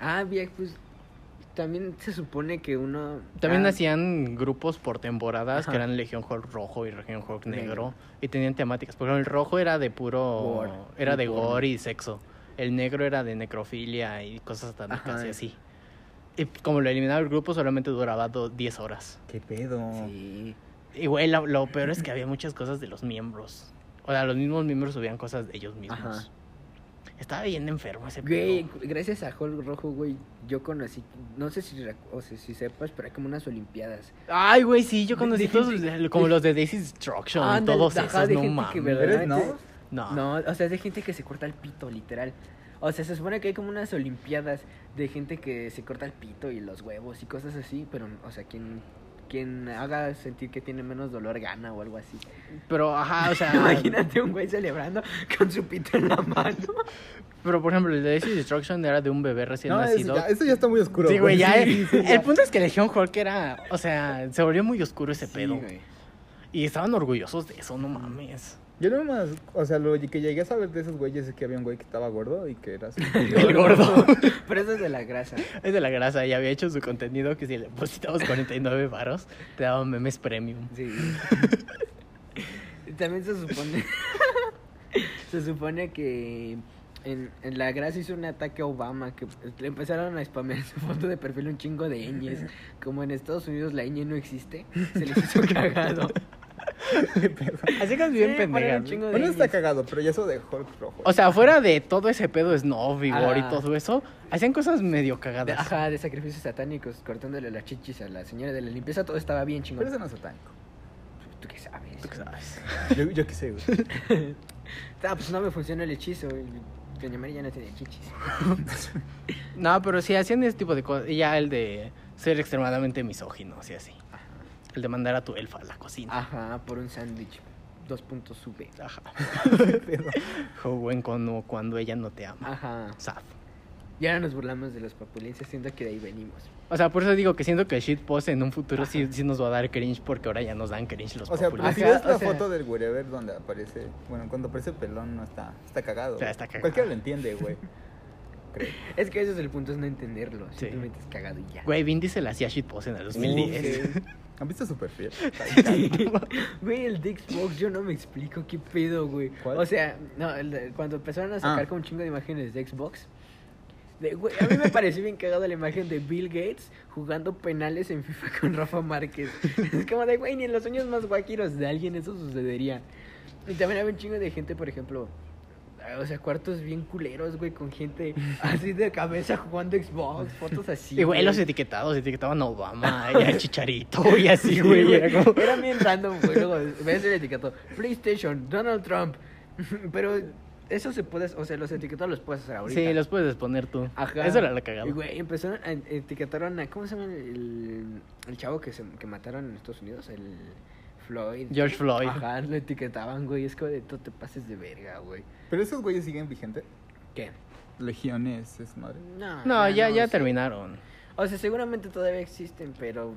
[SPEAKER 3] Ah, bien, pues también se supone que uno...
[SPEAKER 2] También
[SPEAKER 3] ah,
[SPEAKER 2] hacían grupos por temporadas
[SPEAKER 3] Ajá.
[SPEAKER 2] que eran Legión Hall rojo y Legión Hall negro,
[SPEAKER 3] Negro.
[SPEAKER 2] y tenían temáticas. Por ejemplo, el rojo era de puro.
[SPEAKER 3] Gore,
[SPEAKER 2] era de
[SPEAKER 3] de porno.
[SPEAKER 2] gore y sexo. El negro era de necrofilia y cosas satánicas
[SPEAKER 3] Ajá. eh.
[SPEAKER 2] y así. Y como lo eliminaba el grupo, solamente duraba do- 10 horas.
[SPEAKER 1] ¿Qué pedo?
[SPEAKER 3] Sí.
[SPEAKER 2] Y güey, lo, lo peor es que había muchas cosas de los miembros. O sea, los mismos miembros subían cosas de ellos mismos.
[SPEAKER 3] Ajá.
[SPEAKER 2] Estaba bien enfermo ese
[SPEAKER 3] Güey,
[SPEAKER 2] pedo.
[SPEAKER 3] gracias a Hulk Rojo, güey, yo conocí, no sé si, recu- o sea, si sepas, pero hay como unas olimpiadas.
[SPEAKER 2] Ay, güey, sí, yo
[SPEAKER 3] De-
[SPEAKER 2] conocí
[SPEAKER 3] de
[SPEAKER 2] todos
[SPEAKER 3] gente-
[SPEAKER 2] los- como
[SPEAKER 3] de-
[SPEAKER 2] los de Daisy Destruction,
[SPEAKER 3] Ándale,
[SPEAKER 2] todos
[SPEAKER 3] ajá,
[SPEAKER 2] esos,
[SPEAKER 3] de
[SPEAKER 2] no
[SPEAKER 3] gente que
[SPEAKER 2] mames.
[SPEAKER 3] verdaderamente-
[SPEAKER 1] ¿Eres no?
[SPEAKER 2] No.
[SPEAKER 3] No, o sea, es de gente que se corta el pito, literal. O sea, se supone que hay como unas olimpiadas de gente que se corta el pito y los huevos y cosas así, pero, o sea, quien, quien haga sentir que tiene menos dolor gana o algo así.
[SPEAKER 2] Pero, ajá, o sea.
[SPEAKER 3] Imagínate un güey celebrando con su pito en la mano.
[SPEAKER 2] Pero, por ejemplo, el de Daisy Destruction era de un bebé recién
[SPEAKER 1] No, es-
[SPEAKER 2] nacido.
[SPEAKER 1] ya- eso ya está muy oscuro.
[SPEAKER 2] Sí, güey, ya.
[SPEAKER 1] Sí, sí, sí,
[SPEAKER 2] el
[SPEAKER 1] ya.
[SPEAKER 2] punto es que Legión Hulk era. O sea, se volvió muy oscuro ese pedo.
[SPEAKER 3] güey.
[SPEAKER 2] Y estaban orgullosos de eso, no mames.
[SPEAKER 1] Yo lo más, o sea, lo que llegué a saber de esos güeyes es que había un güey que estaba gordo y que era así.
[SPEAKER 2] El gordo.
[SPEAKER 3] Pero eso es de la grasa.
[SPEAKER 2] Es de la grasa y había hecho su contenido que si le depositabas 49 varos, te daban memes premium.
[SPEAKER 3] Sí. También se supone. se supone que. En, en la grasa hizo un ataque a Obama que le empezaron a spamear su foto de perfil un chingo de ñes. Como en Estados Unidos la ñ no existe, se les hizo cagado.
[SPEAKER 1] Qué pedo.
[SPEAKER 2] Así que es bien
[SPEAKER 3] Sí, poner un
[SPEAKER 2] pendejas.
[SPEAKER 3] chingo de
[SPEAKER 1] Bueno, está
[SPEAKER 3] ñes.
[SPEAKER 1] cagado, pero ya eso de Hulk rojo.
[SPEAKER 2] O sea, fuera de todo ese pedo snob, vigor y
[SPEAKER 3] Ah.
[SPEAKER 2] todo eso, hacían cosas medio
[SPEAKER 3] De-
[SPEAKER 2] cagadas.
[SPEAKER 3] Ajá, de sacrificios satánicos, cortándole las chichis a la señora de la limpieza, todo estaba bien
[SPEAKER 1] pero eso
[SPEAKER 3] chingón.
[SPEAKER 1] no es satánico.
[SPEAKER 3] ¿Tú qué sabes?
[SPEAKER 2] ¿Tú qué sabes?
[SPEAKER 1] Yo, yo qué sé, güey.
[SPEAKER 3] Ah, pues no me funcionó el hechizo. y Doña María ya no tenía chichis.
[SPEAKER 2] No, pero sí hacían ese tipo de cosas. Y ya el de ser extremadamente misógino, sí, así. El de mandar a tu elfa a la cocina.
[SPEAKER 3] Ajá, por un sándwich. Dos puntos sube.
[SPEAKER 2] Ajá.
[SPEAKER 1] Qué pedo.
[SPEAKER 2] Joven cuando, cuando ella no te ama.
[SPEAKER 3] Ajá.
[SPEAKER 2] Sad.
[SPEAKER 3] Y ahora nos burlamos de los papulenses, siento que de ahí venimos.
[SPEAKER 2] O sea, por eso digo que siento que el shitpost en un futuro sí, sí nos va a dar cringe porque ahora ya nos dan cringe los
[SPEAKER 1] O sea, pues pero
[SPEAKER 2] populistas.
[SPEAKER 1] si
[SPEAKER 3] Ajá,
[SPEAKER 1] ves
[SPEAKER 3] o
[SPEAKER 1] la
[SPEAKER 3] sea-
[SPEAKER 1] foto del wherever donde aparece, bueno, cuando aparece pelón no está, está cagado.
[SPEAKER 2] O sea,
[SPEAKER 1] güey.
[SPEAKER 2] está cagado.
[SPEAKER 1] Cualquiera lo entiende, güey.
[SPEAKER 3] Es que ese es el punto, es no entenderlo.
[SPEAKER 2] Sí.
[SPEAKER 3] Simplemente es cagado y ya.
[SPEAKER 2] Güey, Vin Diesel hacía shitpost en el 2010.
[SPEAKER 1] Uf, sí. ¿Han visto Superfiel?
[SPEAKER 3] Güey, el de Xbox, yo no me explico qué pedo, güey.
[SPEAKER 1] ¿Cuál?
[SPEAKER 3] O sea, no, el de- cuando empezaron a sacar
[SPEAKER 1] Ah.
[SPEAKER 3] con un chingo de imágenes de Xbox. de- güey, a mí me pareció bien cagada la imagen de Bill Gates jugando penales en FIFA con Rafa Márquez. Es como de, güey, ni en los sueños más guaquiros de alguien eso sucedería. Y también había un chingo de gente, por ejemplo, ah, o sea, cuartos bien culeros, güey, con gente así de cabeza jugando Xbox, fotos así.
[SPEAKER 2] Y güey, los etiquetados, etiquetaban a Obama y a Chicharito y así, güey. Era como...
[SPEAKER 3] Era bien random, güey. Luego ves el etiquetado. PlayStation, Donald Trump. Pero eso se puede, o sea, los etiquetados los puedes hacer ahorita.
[SPEAKER 2] Sí, los puedes poner tú.
[SPEAKER 3] Ajá.
[SPEAKER 2] Eso era la cagada.
[SPEAKER 3] Y güey, empezaron a etiquetaron a ¿cómo se llama el, el chavo que se que mataron en Estados Unidos? El Floyd.
[SPEAKER 2] George Floyd.
[SPEAKER 3] Ajá, lo etiquetaban, güey. Es como de tú te pases de verga, güey.
[SPEAKER 1] Pero esos güeyes siguen vigentes.
[SPEAKER 3] ¿Qué?
[SPEAKER 1] Legiones, es madre.
[SPEAKER 3] No.
[SPEAKER 2] No, ya, ya
[SPEAKER 3] sí.
[SPEAKER 2] terminaron.
[SPEAKER 3] O sea, seguramente todavía existen, pero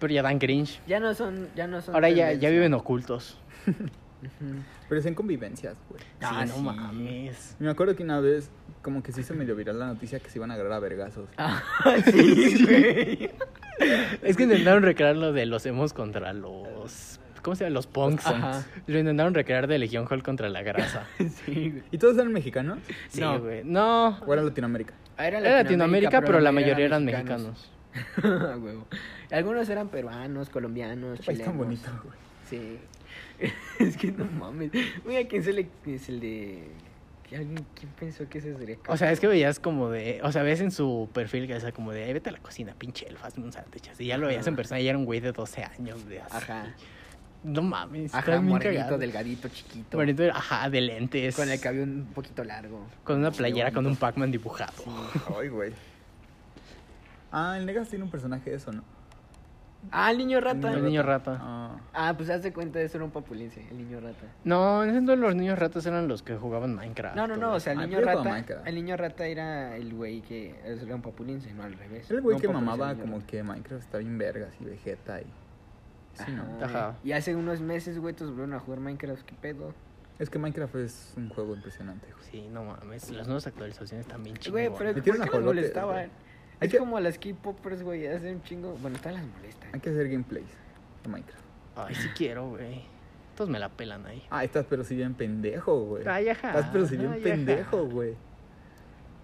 [SPEAKER 2] Pero ya dan cringe.
[SPEAKER 3] ya no son ya no son
[SPEAKER 2] Ahora ya,
[SPEAKER 3] tendencia.
[SPEAKER 2] ya viven ocultos.
[SPEAKER 3] Ujú.
[SPEAKER 1] Pero es en convivencias, güey.
[SPEAKER 2] Ah,
[SPEAKER 3] sí.
[SPEAKER 2] no mames.
[SPEAKER 1] Me acuerdo que una vez, como que se hizo medio viral la noticia que se iban a agarrar a vergazos.
[SPEAKER 3] Ah, sí, güey.
[SPEAKER 2] Es que intentaron recrear lo de los hemos contra los. ¿Cómo se llama? Los punks.
[SPEAKER 3] Ajá.
[SPEAKER 2] Lo intentaron recrear de Legion Hall contra la grasa.
[SPEAKER 3] Sí, güey.
[SPEAKER 1] ¿Y todos eran mexicanos?
[SPEAKER 2] Sí,
[SPEAKER 3] No.
[SPEAKER 2] güey. No.
[SPEAKER 1] ¿O era Latinoamérica?
[SPEAKER 3] Era
[SPEAKER 2] Era Latinoamérica, pero la mayoría eran mexicanos.
[SPEAKER 3] A Ah, huevo. Algunos eran peruanos, colombianos,
[SPEAKER 1] Qué país tan
[SPEAKER 3] chilenos.
[SPEAKER 1] bonito, güey.
[SPEAKER 3] Sí. es que no mames. Mira, ¿quién se le. que se le... que alguien- ¿Quién pensó que ese sería
[SPEAKER 2] O sea, es que veías como de. O sea, ves en su perfil que decía como de. "Ay, vete a la cocina, pinche elfo, hazme un sándwich. Y ya lo veías en persona y era un güey de 12 años. De así.
[SPEAKER 3] Ajá.
[SPEAKER 2] No mames.
[SPEAKER 3] Ajá,
[SPEAKER 2] están bien
[SPEAKER 3] morenito,
[SPEAKER 2] cagados.
[SPEAKER 3] delgadito, chiquito.
[SPEAKER 2] Morenito, ajá, de lentes.
[SPEAKER 3] Con el cabello un poquito largo.
[SPEAKER 2] Con una playera con un Pac-Man dibujado.
[SPEAKER 1] Ay, güey. Ah, el Negas tiene un personaje de eso, ¿no?
[SPEAKER 3] Ah, el niño rata.
[SPEAKER 2] El niño rata.
[SPEAKER 1] Ah.
[SPEAKER 3] Ah, pues hazte cuenta, eso era un papulense, el niño rata.
[SPEAKER 2] No, en ese entonces los niños ratas eran los que jugaban Minecraft.
[SPEAKER 3] No, no, no, o sea, el
[SPEAKER 1] Ah,
[SPEAKER 3] niño
[SPEAKER 1] pero con
[SPEAKER 3] rata.
[SPEAKER 1] Minecraft.
[SPEAKER 3] El niño rata era el güey que era un papulense, no al revés.
[SPEAKER 1] Era el güey
[SPEAKER 3] No,
[SPEAKER 1] que
[SPEAKER 3] papulense,
[SPEAKER 1] mamaba
[SPEAKER 3] niño
[SPEAKER 1] como
[SPEAKER 3] rata.
[SPEAKER 1] que Minecraft está bien vergas y Vegeta y... Sí, ¿no?
[SPEAKER 3] Ajá.
[SPEAKER 2] Ajá.
[SPEAKER 3] Y hace unos meses, güey, todos volvieron a jugar Minecraft, qué pedo.
[SPEAKER 1] Es que Minecraft es un juego impresionante, güey.
[SPEAKER 2] Sí, no mames. Las nuevas actualizaciones están bien
[SPEAKER 3] Güey, pero
[SPEAKER 2] chingonas.
[SPEAKER 1] Le
[SPEAKER 3] ¿por qué
[SPEAKER 1] tiran
[SPEAKER 3] las
[SPEAKER 1] ajolotes,
[SPEAKER 3] molestaban?
[SPEAKER 1] güey. Hay
[SPEAKER 3] Es
[SPEAKER 1] que-
[SPEAKER 3] como las K-popers, güey, hacen un chingo. Bueno, todas las molestan.
[SPEAKER 1] Hay que hacer gameplays de Minecraft.
[SPEAKER 2] Ay, sí quiero, güey. Todos me la pelan ahí.
[SPEAKER 1] Ah, estás pero si bien pendejo, güey.
[SPEAKER 2] Ay, ajá,
[SPEAKER 1] Estás pero si bien
[SPEAKER 2] ay, ajá.
[SPEAKER 1] pendejo, güey.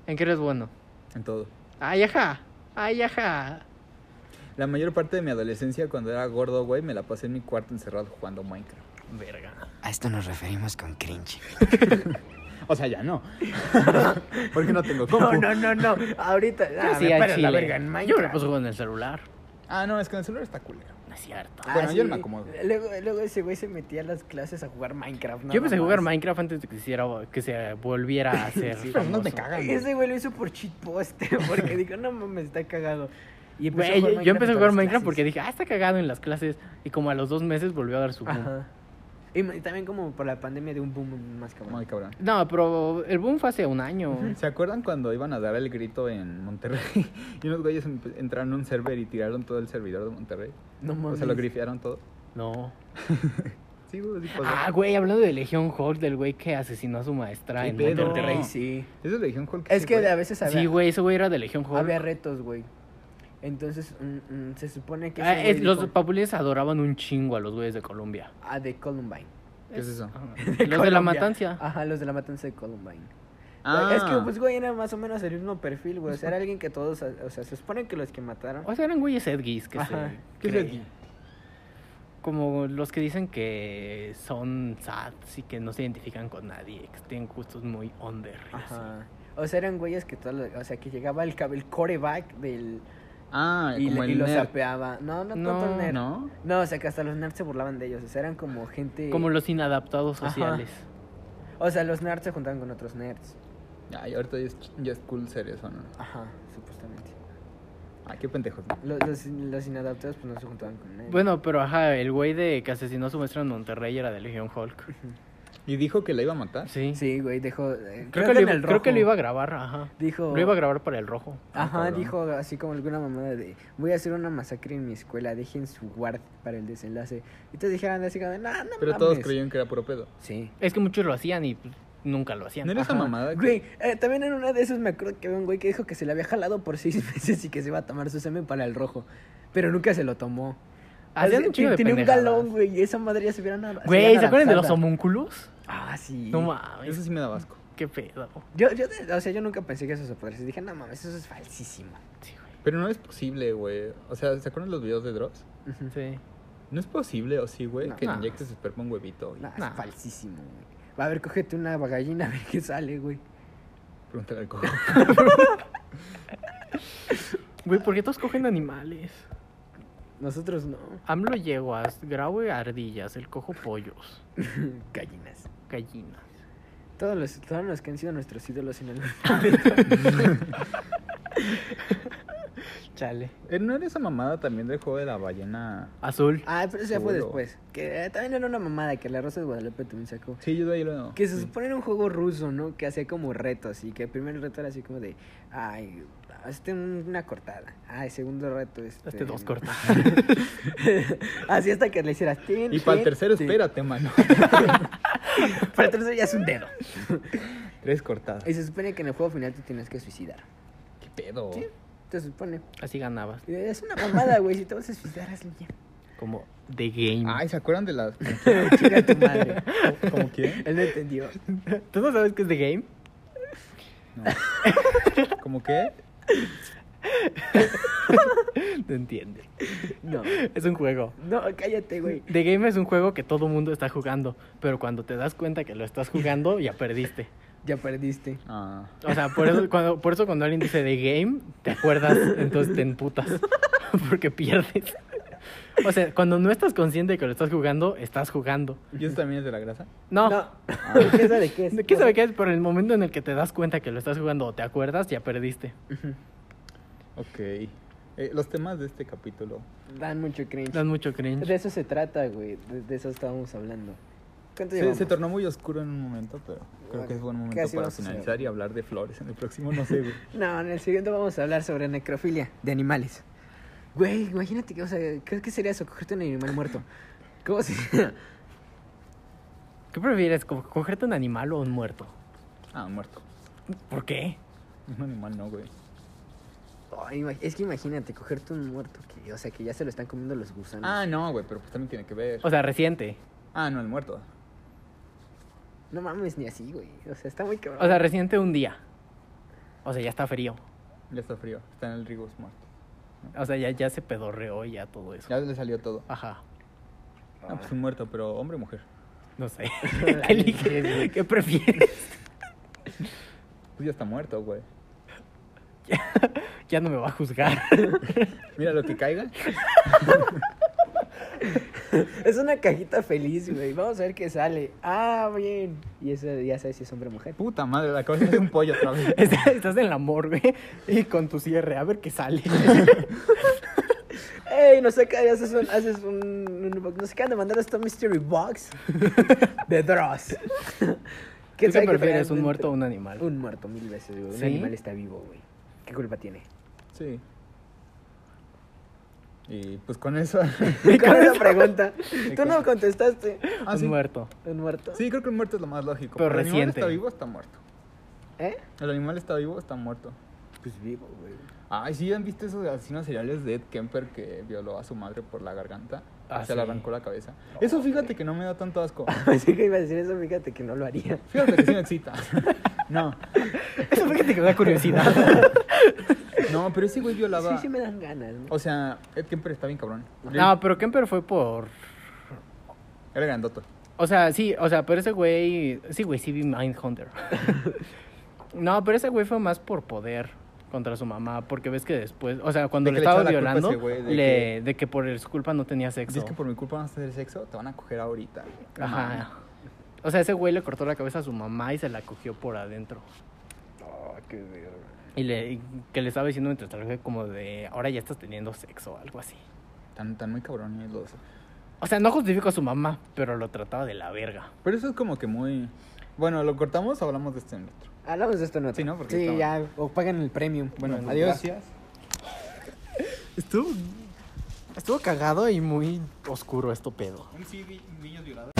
[SPEAKER 2] ¿En qué eres bueno?
[SPEAKER 1] En todo.
[SPEAKER 2] Ay, ajá. Ay, ajá.
[SPEAKER 1] La mayor parte de mi adolescencia, cuando era gordo, güey, me la pasé en mi cuarto encerrado jugando Minecraft.
[SPEAKER 2] Verga.
[SPEAKER 4] A esto nos referimos con cringe.
[SPEAKER 1] O sea, ya no. Porque no tengo compu.
[SPEAKER 3] no, no. Ahorita.
[SPEAKER 2] Yo
[SPEAKER 3] ah,
[SPEAKER 2] sí,
[SPEAKER 3] me
[SPEAKER 2] al
[SPEAKER 3] paras la
[SPEAKER 2] chile.
[SPEAKER 3] verga en
[SPEAKER 2] Yo me
[SPEAKER 3] Minecraft.
[SPEAKER 2] puse en el celular.
[SPEAKER 1] Ah, no, es que en el celular está culero.
[SPEAKER 2] No es cierto.
[SPEAKER 3] Ah,
[SPEAKER 1] Bueno, yo
[SPEAKER 3] sí.
[SPEAKER 1] no me acomodo.
[SPEAKER 3] Luego, luego ese güey se metía a las clases a jugar Minecraft. nada
[SPEAKER 2] Yo empecé a jugar
[SPEAKER 3] más.
[SPEAKER 2] Minecraft antes de que, hiciera, que se volviera a hacer.
[SPEAKER 1] Sí, pero no me
[SPEAKER 2] famoso.
[SPEAKER 1] cagan. güey.
[SPEAKER 3] Ese güey lo hizo por cheat post, porque dijo, no mames, está cagado. Y empezó
[SPEAKER 2] Güey, yo, yo empecé a
[SPEAKER 3] en
[SPEAKER 2] jugar
[SPEAKER 3] todas las
[SPEAKER 2] Minecraft porque
[SPEAKER 3] clases.
[SPEAKER 2] dije, ah, está cagado en las clases. Y como a los dos meses volvió a dar su boom.
[SPEAKER 3] Ajá. Y ma- y también como por la pandemia de un boom más cabrón.
[SPEAKER 1] Ay, cabrón.
[SPEAKER 2] No, pero el boom fue hace un año.
[SPEAKER 1] ¿Se acuerdan cuando iban a dar el grito en Monterrey? Y unos güeyes empe- entraron a un server y tiraron todo el servidor de Monterrey.
[SPEAKER 3] No
[SPEAKER 1] O
[SPEAKER 3] mames.
[SPEAKER 1] sea, lo grifiaron todo.
[SPEAKER 2] No.
[SPEAKER 1] Sí, güey, sí
[SPEAKER 3] Pues
[SPEAKER 1] pasó.
[SPEAKER 2] Ah, güey, hablando de Legión Hulk, del güey que asesinó a su maestra
[SPEAKER 1] ¿Qué
[SPEAKER 2] en
[SPEAKER 1] pedo?
[SPEAKER 2] Monterrey.
[SPEAKER 3] Monterrey, sí.
[SPEAKER 1] Eso le dijeron Hulk.
[SPEAKER 3] Es
[SPEAKER 1] sí,
[SPEAKER 3] que
[SPEAKER 1] güey.
[SPEAKER 3] a veces había,
[SPEAKER 2] Sí, güey, ese güey era de Legión Hulk.
[SPEAKER 3] había retos, güey. Entonces, mm, mm, se supone que... ese
[SPEAKER 2] Ah, es-
[SPEAKER 3] güey
[SPEAKER 2] los
[SPEAKER 3] dijo-
[SPEAKER 2] papulines adoraban un chingo a los güeyes de Colombia.
[SPEAKER 3] Ah, de Columbine.
[SPEAKER 1] ¿Qué es eso?
[SPEAKER 2] Ajá. los de
[SPEAKER 3] Colombia.
[SPEAKER 2] la matanza.
[SPEAKER 3] Ajá, los de la matanza de Columbine.
[SPEAKER 1] Ah,
[SPEAKER 3] Es que, pues, güey, era más o menos el mismo perfil, güey. O sea, era alguien que todos... O sea, se supone que los que mataron...
[SPEAKER 2] O sea, eran güeyes edgis que
[SPEAKER 3] Ajá.
[SPEAKER 2] se
[SPEAKER 1] ¿Qué es
[SPEAKER 2] creen-
[SPEAKER 1] edgy?
[SPEAKER 2] Como los que dicen que son sads y que no se identifican con nadie, que tienen gustos muy under. y así.
[SPEAKER 3] Ajá. O sea, eran güeyes que todos... los- O sea, que llegaba el, cab- el coreback del...
[SPEAKER 1] ah
[SPEAKER 3] Y,
[SPEAKER 1] como
[SPEAKER 3] le-
[SPEAKER 1] el
[SPEAKER 3] y los
[SPEAKER 1] nerd.
[SPEAKER 3] sapeaba. No, no,
[SPEAKER 2] No,
[SPEAKER 3] tanto el nerd.
[SPEAKER 1] ¿No?
[SPEAKER 3] No, o sea, que hasta los nerds se burlaban de ellos. O sea, eran como gente...
[SPEAKER 2] Como los inadaptados
[SPEAKER 3] Ajá.
[SPEAKER 2] sociales.
[SPEAKER 3] O sea, los nerds se juntaban con otros nerds.
[SPEAKER 1] Ay, ahorita ya es, ya es cool ser eso, ¿no?
[SPEAKER 3] Ajá, supuestamente.
[SPEAKER 1] Ay, qué pendejos.
[SPEAKER 3] Los, los, los inadaptados pues no se juntaban con nerds.
[SPEAKER 2] Bueno, pero ajá, el güey de que asesinó a su maestra en Monterrey era de Legion Hulk.
[SPEAKER 1] ¿Y dijo que la iba a matar?
[SPEAKER 2] Sí.
[SPEAKER 3] Sí, güey, dejó... eh,
[SPEAKER 2] Creo, que,
[SPEAKER 3] en
[SPEAKER 2] lo,
[SPEAKER 3] el
[SPEAKER 2] creo que
[SPEAKER 3] rojo
[SPEAKER 2] lo iba a grabar, ajá.
[SPEAKER 3] Dijo...
[SPEAKER 2] Lo iba a grabar para el rojo.
[SPEAKER 3] Ajá,
[SPEAKER 1] cabrón.
[SPEAKER 3] dijo así como alguna mamada de voy a hacer una masacre en mi escuela, dejen su guard para el desenlace. Y te dijeron así como, no, no
[SPEAKER 1] Pero todos
[SPEAKER 3] mames".
[SPEAKER 1] creyeron que era puro pedo.
[SPEAKER 3] Sí.
[SPEAKER 2] Es que muchos lo hacían y pues, nunca lo hacían.
[SPEAKER 1] ¿No era esa
[SPEAKER 2] Ajá.
[SPEAKER 1] mamada? que-
[SPEAKER 3] Güey, eh, también en una de esas me acuerdo que había un güey que dijo que se le había jalado por seis meses y que se iba a tomar su semen para el rojo. Pero nunca se lo tomó.
[SPEAKER 2] Hacían
[SPEAKER 3] Así,
[SPEAKER 2] un chingo
[SPEAKER 3] ti-
[SPEAKER 2] de
[SPEAKER 3] Tiene un
[SPEAKER 2] pendejadas.
[SPEAKER 3] galón, güey, y esa madre ya se hubiera nada.
[SPEAKER 2] Güey, ¿se acuerdan de los homúnculos?
[SPEAKER 3] Ah, sí.
[SPEAKER 2] No
[SPEAKER 1] Eso
[SPEAKER 2] mames,
[SPEAKER 1] sí me da asco.
[SPEAKER 2] qué pedo.
[SPEAKER 3] yo, yo, de- o sea, yo nunca pensé que eso se podría hacer. Dije, no mames, eso es falsísimo.
[SPEAKER 2] Sí, güey.
[SPEAKER 1] Pero no es posible, güey. O sea, ¿se acuerdan los videos de Dross?
[SPEAKER 2] Sí.
[SPEAKER 1] No es posible, o sí, güey,
[SPEAKER 3] No.
[SPEAKER 1] que le
[SPEAKER 2] No.
[SPEAKER 1] inyectes esperma a un huevito. y-
[SPEAKER 3] No,
[SPEAKER 2] Nah.
[SPEAKER 3] es falsísimo, güey. Va a ver, cógete una gallina a ver qué sale, güey.
[SPEAKER 1] Pregúntale al cojo.
[SPEAKER 2] Güey, ¿por qué todos cogen animales?
[SPEAKER 3] Nosotros no.
[SPEAKER 2] AMLO yeguas, Graue ardillas, el cojo pollos,
[SPEAKER 3] Gallinas.
[SPEAKER 2] gallinas.
[SPEAKER 3] Todos los, todos los que han sido nuestros ídolos en el
[SPEAKER 2] Chale.
[SPEAKER 1] Eh, ¿No era esa mamada también del juego de la ballena?
[SPEAKER 2] Azul.
[SPEAKER 3] Ah, pero eso ya fue
[SPEAKER 1] Seguro.
[SPEAKER 3] después. Que eh, también era una mamada que la Rosa de Guadalupe también sacó.
[SPEAKER 1] Sí, yo de ahí lo...
[SPEAKER 3] Que se
[SPEAKER 1] sí.
[SPEAKER 3] supone era un juego ruso, ¿no? Que hacía como retos y que el primer reto era así como de, ay, hazte un- una cortada. Ah, el segundo reto es...
[SPEAKER 2] Hazte este dos cortadas.
[SPEAKER 3] así hasta que le hicieras... tin,
[SPEAKER 1] Y para
[SPEAKER 3] tin,
[SPEAKER 1] el tercero,
[SPEAKER 3] tin.
[SPEAKER 1] espérate, mano.
[SPEAKER 3] Para el tercero ya es un dedo.
[SPEAKER 1] Tres cortadas.
[SPEAKER 3] Y se supone que en el juego final te tienes que suicidar.
[SPEAKER 1] ¿Qué pedo?
[SPEAKER 3] Sí. Se supone.
[SPEAKER 2] Así ganabas.
[SPEAKER 3] Y Es una mamada, güey. Si te vas a suicidar, hazlo ya.
[SPEAKER 2] Como The Game.
[SPEAKER 1] Ay, ¿se acuerdan de las...
[SPEAKER 3] Chinga tu madre.
[SPEAKER 1] ¿Cómo quién?
[SPEAKER 3] Él no entendió.
[SPEAKER 2] ¿Tú no sabes qué es The Game?
[SPEAKER 1] No. ¿Cómo qué?
[SPEAKER 2] No entiendes.
[SPEAKER 3] No.
[SPEAKER 2] Es un juego.
[SPEAKER 3] No, cállate, güey.
[SPEAKER 2] The Game es un juego que todo mundo está jugando, pero cuando te das cuenta que lo estás jugando, ya perdiste.
[SPEAKER 3] Ya perdiste.
[SPEAKER 1] Ah.
[SPEAKER 2] O sea, por eso cuando, por eso cuando alguien dice The Game, te acuerdas, entonces te emputas, porque pierdes. O sea, cuando no estás consciente de que lo estás jugando, estás jugando.
[SPEAKER 1] ¿Y eso también es de la grasa?
[SPEAKER 2] No,
[SPEAKER 3] ¿Qué sabe qué es?
[SPEAKER 2] Ah. ¿Quién sabe qué es? Pero en el momento en el que te das cuenta que lo estás jugando o te acuerdas, ya perdiste.
[SPEAKER 1] Ok. Eh, los temas de este capítulo.
[SPEAKER 3] Dan mucho cringe.
[SPEAKER 2] Dan mucho
[SPEAKER 3] De
[SPEAKER 2] cringe.
[SPEAKER 3] eso se trata, güey. De, de eso estábamos hablando. ¿Cuánto
[SPEAKER 1] Se,
[SPEAKER 3] llevamos?
[SPEAKER 1] se tornó muy oscuro en un momento, pero creo que es buen momento
[SPEAKER 3] Casi
[SPEAKER 1] para
[SPEAKER 3] vamos a
[SPEAKER 1] finalizar y hablar de flores. En el próximo no sé, güey.
[SPEAKER 3] No, en el siguiente vamos a hablar sobre necrofilia de animales. Güey, imagínate que, o sea, ¿qué, qué sería eso? Cogerte un animal muerto. ¿Cómo sería?
[SPEAKER 2] ¿Qué prefieres? co- ¿Cogerte un animal o un muerto?
[SPEAKER 1] Ah, muerto.
[SPEAKER 2] ¿Por qué?
[SPEAKER 1] Un animal no, güey.
[SPEAKER 3] Ay, ima- es que imagínate, cogerte un muerto. Que, o sea, que ya se lo están comiendo los gusanos.
[SPEAKER 1] Ah, no, güey, pero pues también tiene que ver.
[SPEAKER 2] O sea, reciente.
[SPEAKER 1] Ah, no, el muerto.
[SPEAKER 3] No mames, ni así, güey. O sea, está muy cabrón.
[SPEAKER 2] O sea, reciente un día. O sea, ya está frío.
[SPEAKER 1] Ya está frío. Está en el rigo, es muerto.
[SPEAKER 2] O sea, ya, ya se pedorreó y ya todo eso.
[SPEAKER 1] Ya le salió todo.
[SPEAKER 2] Ajá.
[SPEAKER 1] Ah, pues un muerto, pero hombre o mujer.
[SPEAKER 2] No sé. ¿Qué, eliges? ¿Qué prefieres?
[SPEAKER 1] Pues ya está muerto, güey.
[SPEAKER 2] Ya no me va a juzgar.
[SPEAKER 1] Mira lo que caiga.
[SPEAKER 3] es una cajita feliz, güey. Vamos a ver qué sale. Ah, bien. Y eso ya sabes si es hombre o mujer.
[SPEAKER 1] Puta madre, la cabeza de un pollo otra vez.
[SPEAKER 2] Estás estás en la morgue y con tu cierre, a ver qué sale.
[SPEAKER 3] ¡Ey! No sé qué haces un. Haces un, un- nos acaban de mandar esta Mystery Box de Dross.
[SPEAKER 2] ¿Qué,
[SPEAKER 3] ¿Quién sabe
[SPEAKER 2] prefieres,
[SPEAKER 3] traen
[SPEAKER 2] un muerto o
[SPEAKER 3] dentro?
[SPEAKER 2] un animal?
[SPEAKER 3] Un muerto, mil veces, güey. Un
[SPEAKER 2] ¿Sí?
[SPEAKER 3] animal está vivo, güey. ¿Qué culpa tiene?
[SPEAKER 1] Sí. Y pues con eso.
[SPEAKER 3] Y con esa pregunta, tú
[SPEAKER 1] con
[SPEAKER 3] no contestaste.
[SPEAKER 1] Ah,
[SPEAKER 2] un
[SPEAKER 1] sí.
[SPEAKER 2] muerto.
[SPEAKER 3] ¿Un muerto?
[SPEAKER 1] Sí, creo que el muerto es lo más lógico.
[SPEAKER 2] Pero
[SPEAKER 1] el animal
[SPEAKER 2] reciente.
[SPEAKER 1] está vivo, está muerto.
[SPEAKER 3] ¿Eh?
[SPEAKER 1] El animal está vivo, está muerto.
[SPEAKER 3] Pues vivo, güey.
[SPEAKER 1] Ay, sí, ¿han visto esos asesinos seriales de Ed Kemper que violó a su madre por la garganta?
[SPEAKER 2] Ah,
[SPEAKER 1] se le
[SPEAKER 2] sí.
[SPEAKER 1] arrancó la cabeza. Eso fíjate que no me da tanto asco.
[SPEAKER 3] Pensé que iba a decir eso, fíjate que no lo haría.
[SPEAKER 1] Fíjate que sí me excita. No,
[SPEAKER 2] Eso fue que te da curiosidad.
[SPEAKER 1] no, pero ese güey violaba.
[SPEAKER 3] Sí, sí me dan ganas, ¿no?
[SPEAKER 1] O sea, Ed Kemper está bien cabrón.
[SPEAKER 2] no, pero Kemper fue por.
[SPEAKER 1] Era grandoto.
[SPEAKER 2] O sea, sí, o sea, pero ese güey. Sí, güey, sí vi Mindhunter. no, pero ese güey fue más por poder contra su mamá, porque ves que después, o sea, cuando
[SPEAKER 1] De
[SPEAKER 2] le
[SPEAKER 1] que le
[SPEAKER 2] estaba
[SPEAKER 1] echaba la culpa a
[SPEAKER 2] violando,
[SPEAKER 1] ese güey de
[SPEAKER 2] le-
[SPEAKER 1] que-
[SPEAKER 2] de que por su culpa no tenía sexo.
[SPEAKER 1] Dices que por mi culpa vas a hacer sexo, te van a coger ahorita. güey. No mames.
[SPEAKER 2] Ajá. O sea, ese güey le cortó la cabeza a su mamá y se la cogió por adentro.
[SPEAKER 3] Oh, qué verga.
[SPEAKER 2] Y le, y que le estaba diciendo mientras traje como de, ahora ya estás teniendo sexo o algo así.
[SPEAKER 1] Tan, tan muy cabrones los.
[SPEAKER 2] O sea, no justifico a su mamá, pero lo trataba de la verga.
[SPEAKER 1] Pero eso es como que muy. Bueno, ¿lo cortamos o hablamos de este en otro?
[SPEAKER 3] Hablamos de esto en otro.
[SPEAKER 1] Sí, ¿no? Porque
[SPEAKER 3] sí,
[SPEAKER 1] está-
[SPEAKER 3] ya. O pagan el premium.
[SPEAKER 1] Bueno, pues,
[SPEAKER 3] adiós.
[SPEAKER 1] gracias.
[SPEAKER 2] Estuvo, estuvo cagado y muy oscuro este esto pedo.
[SPEAKER 1] Un sí, niños violadores.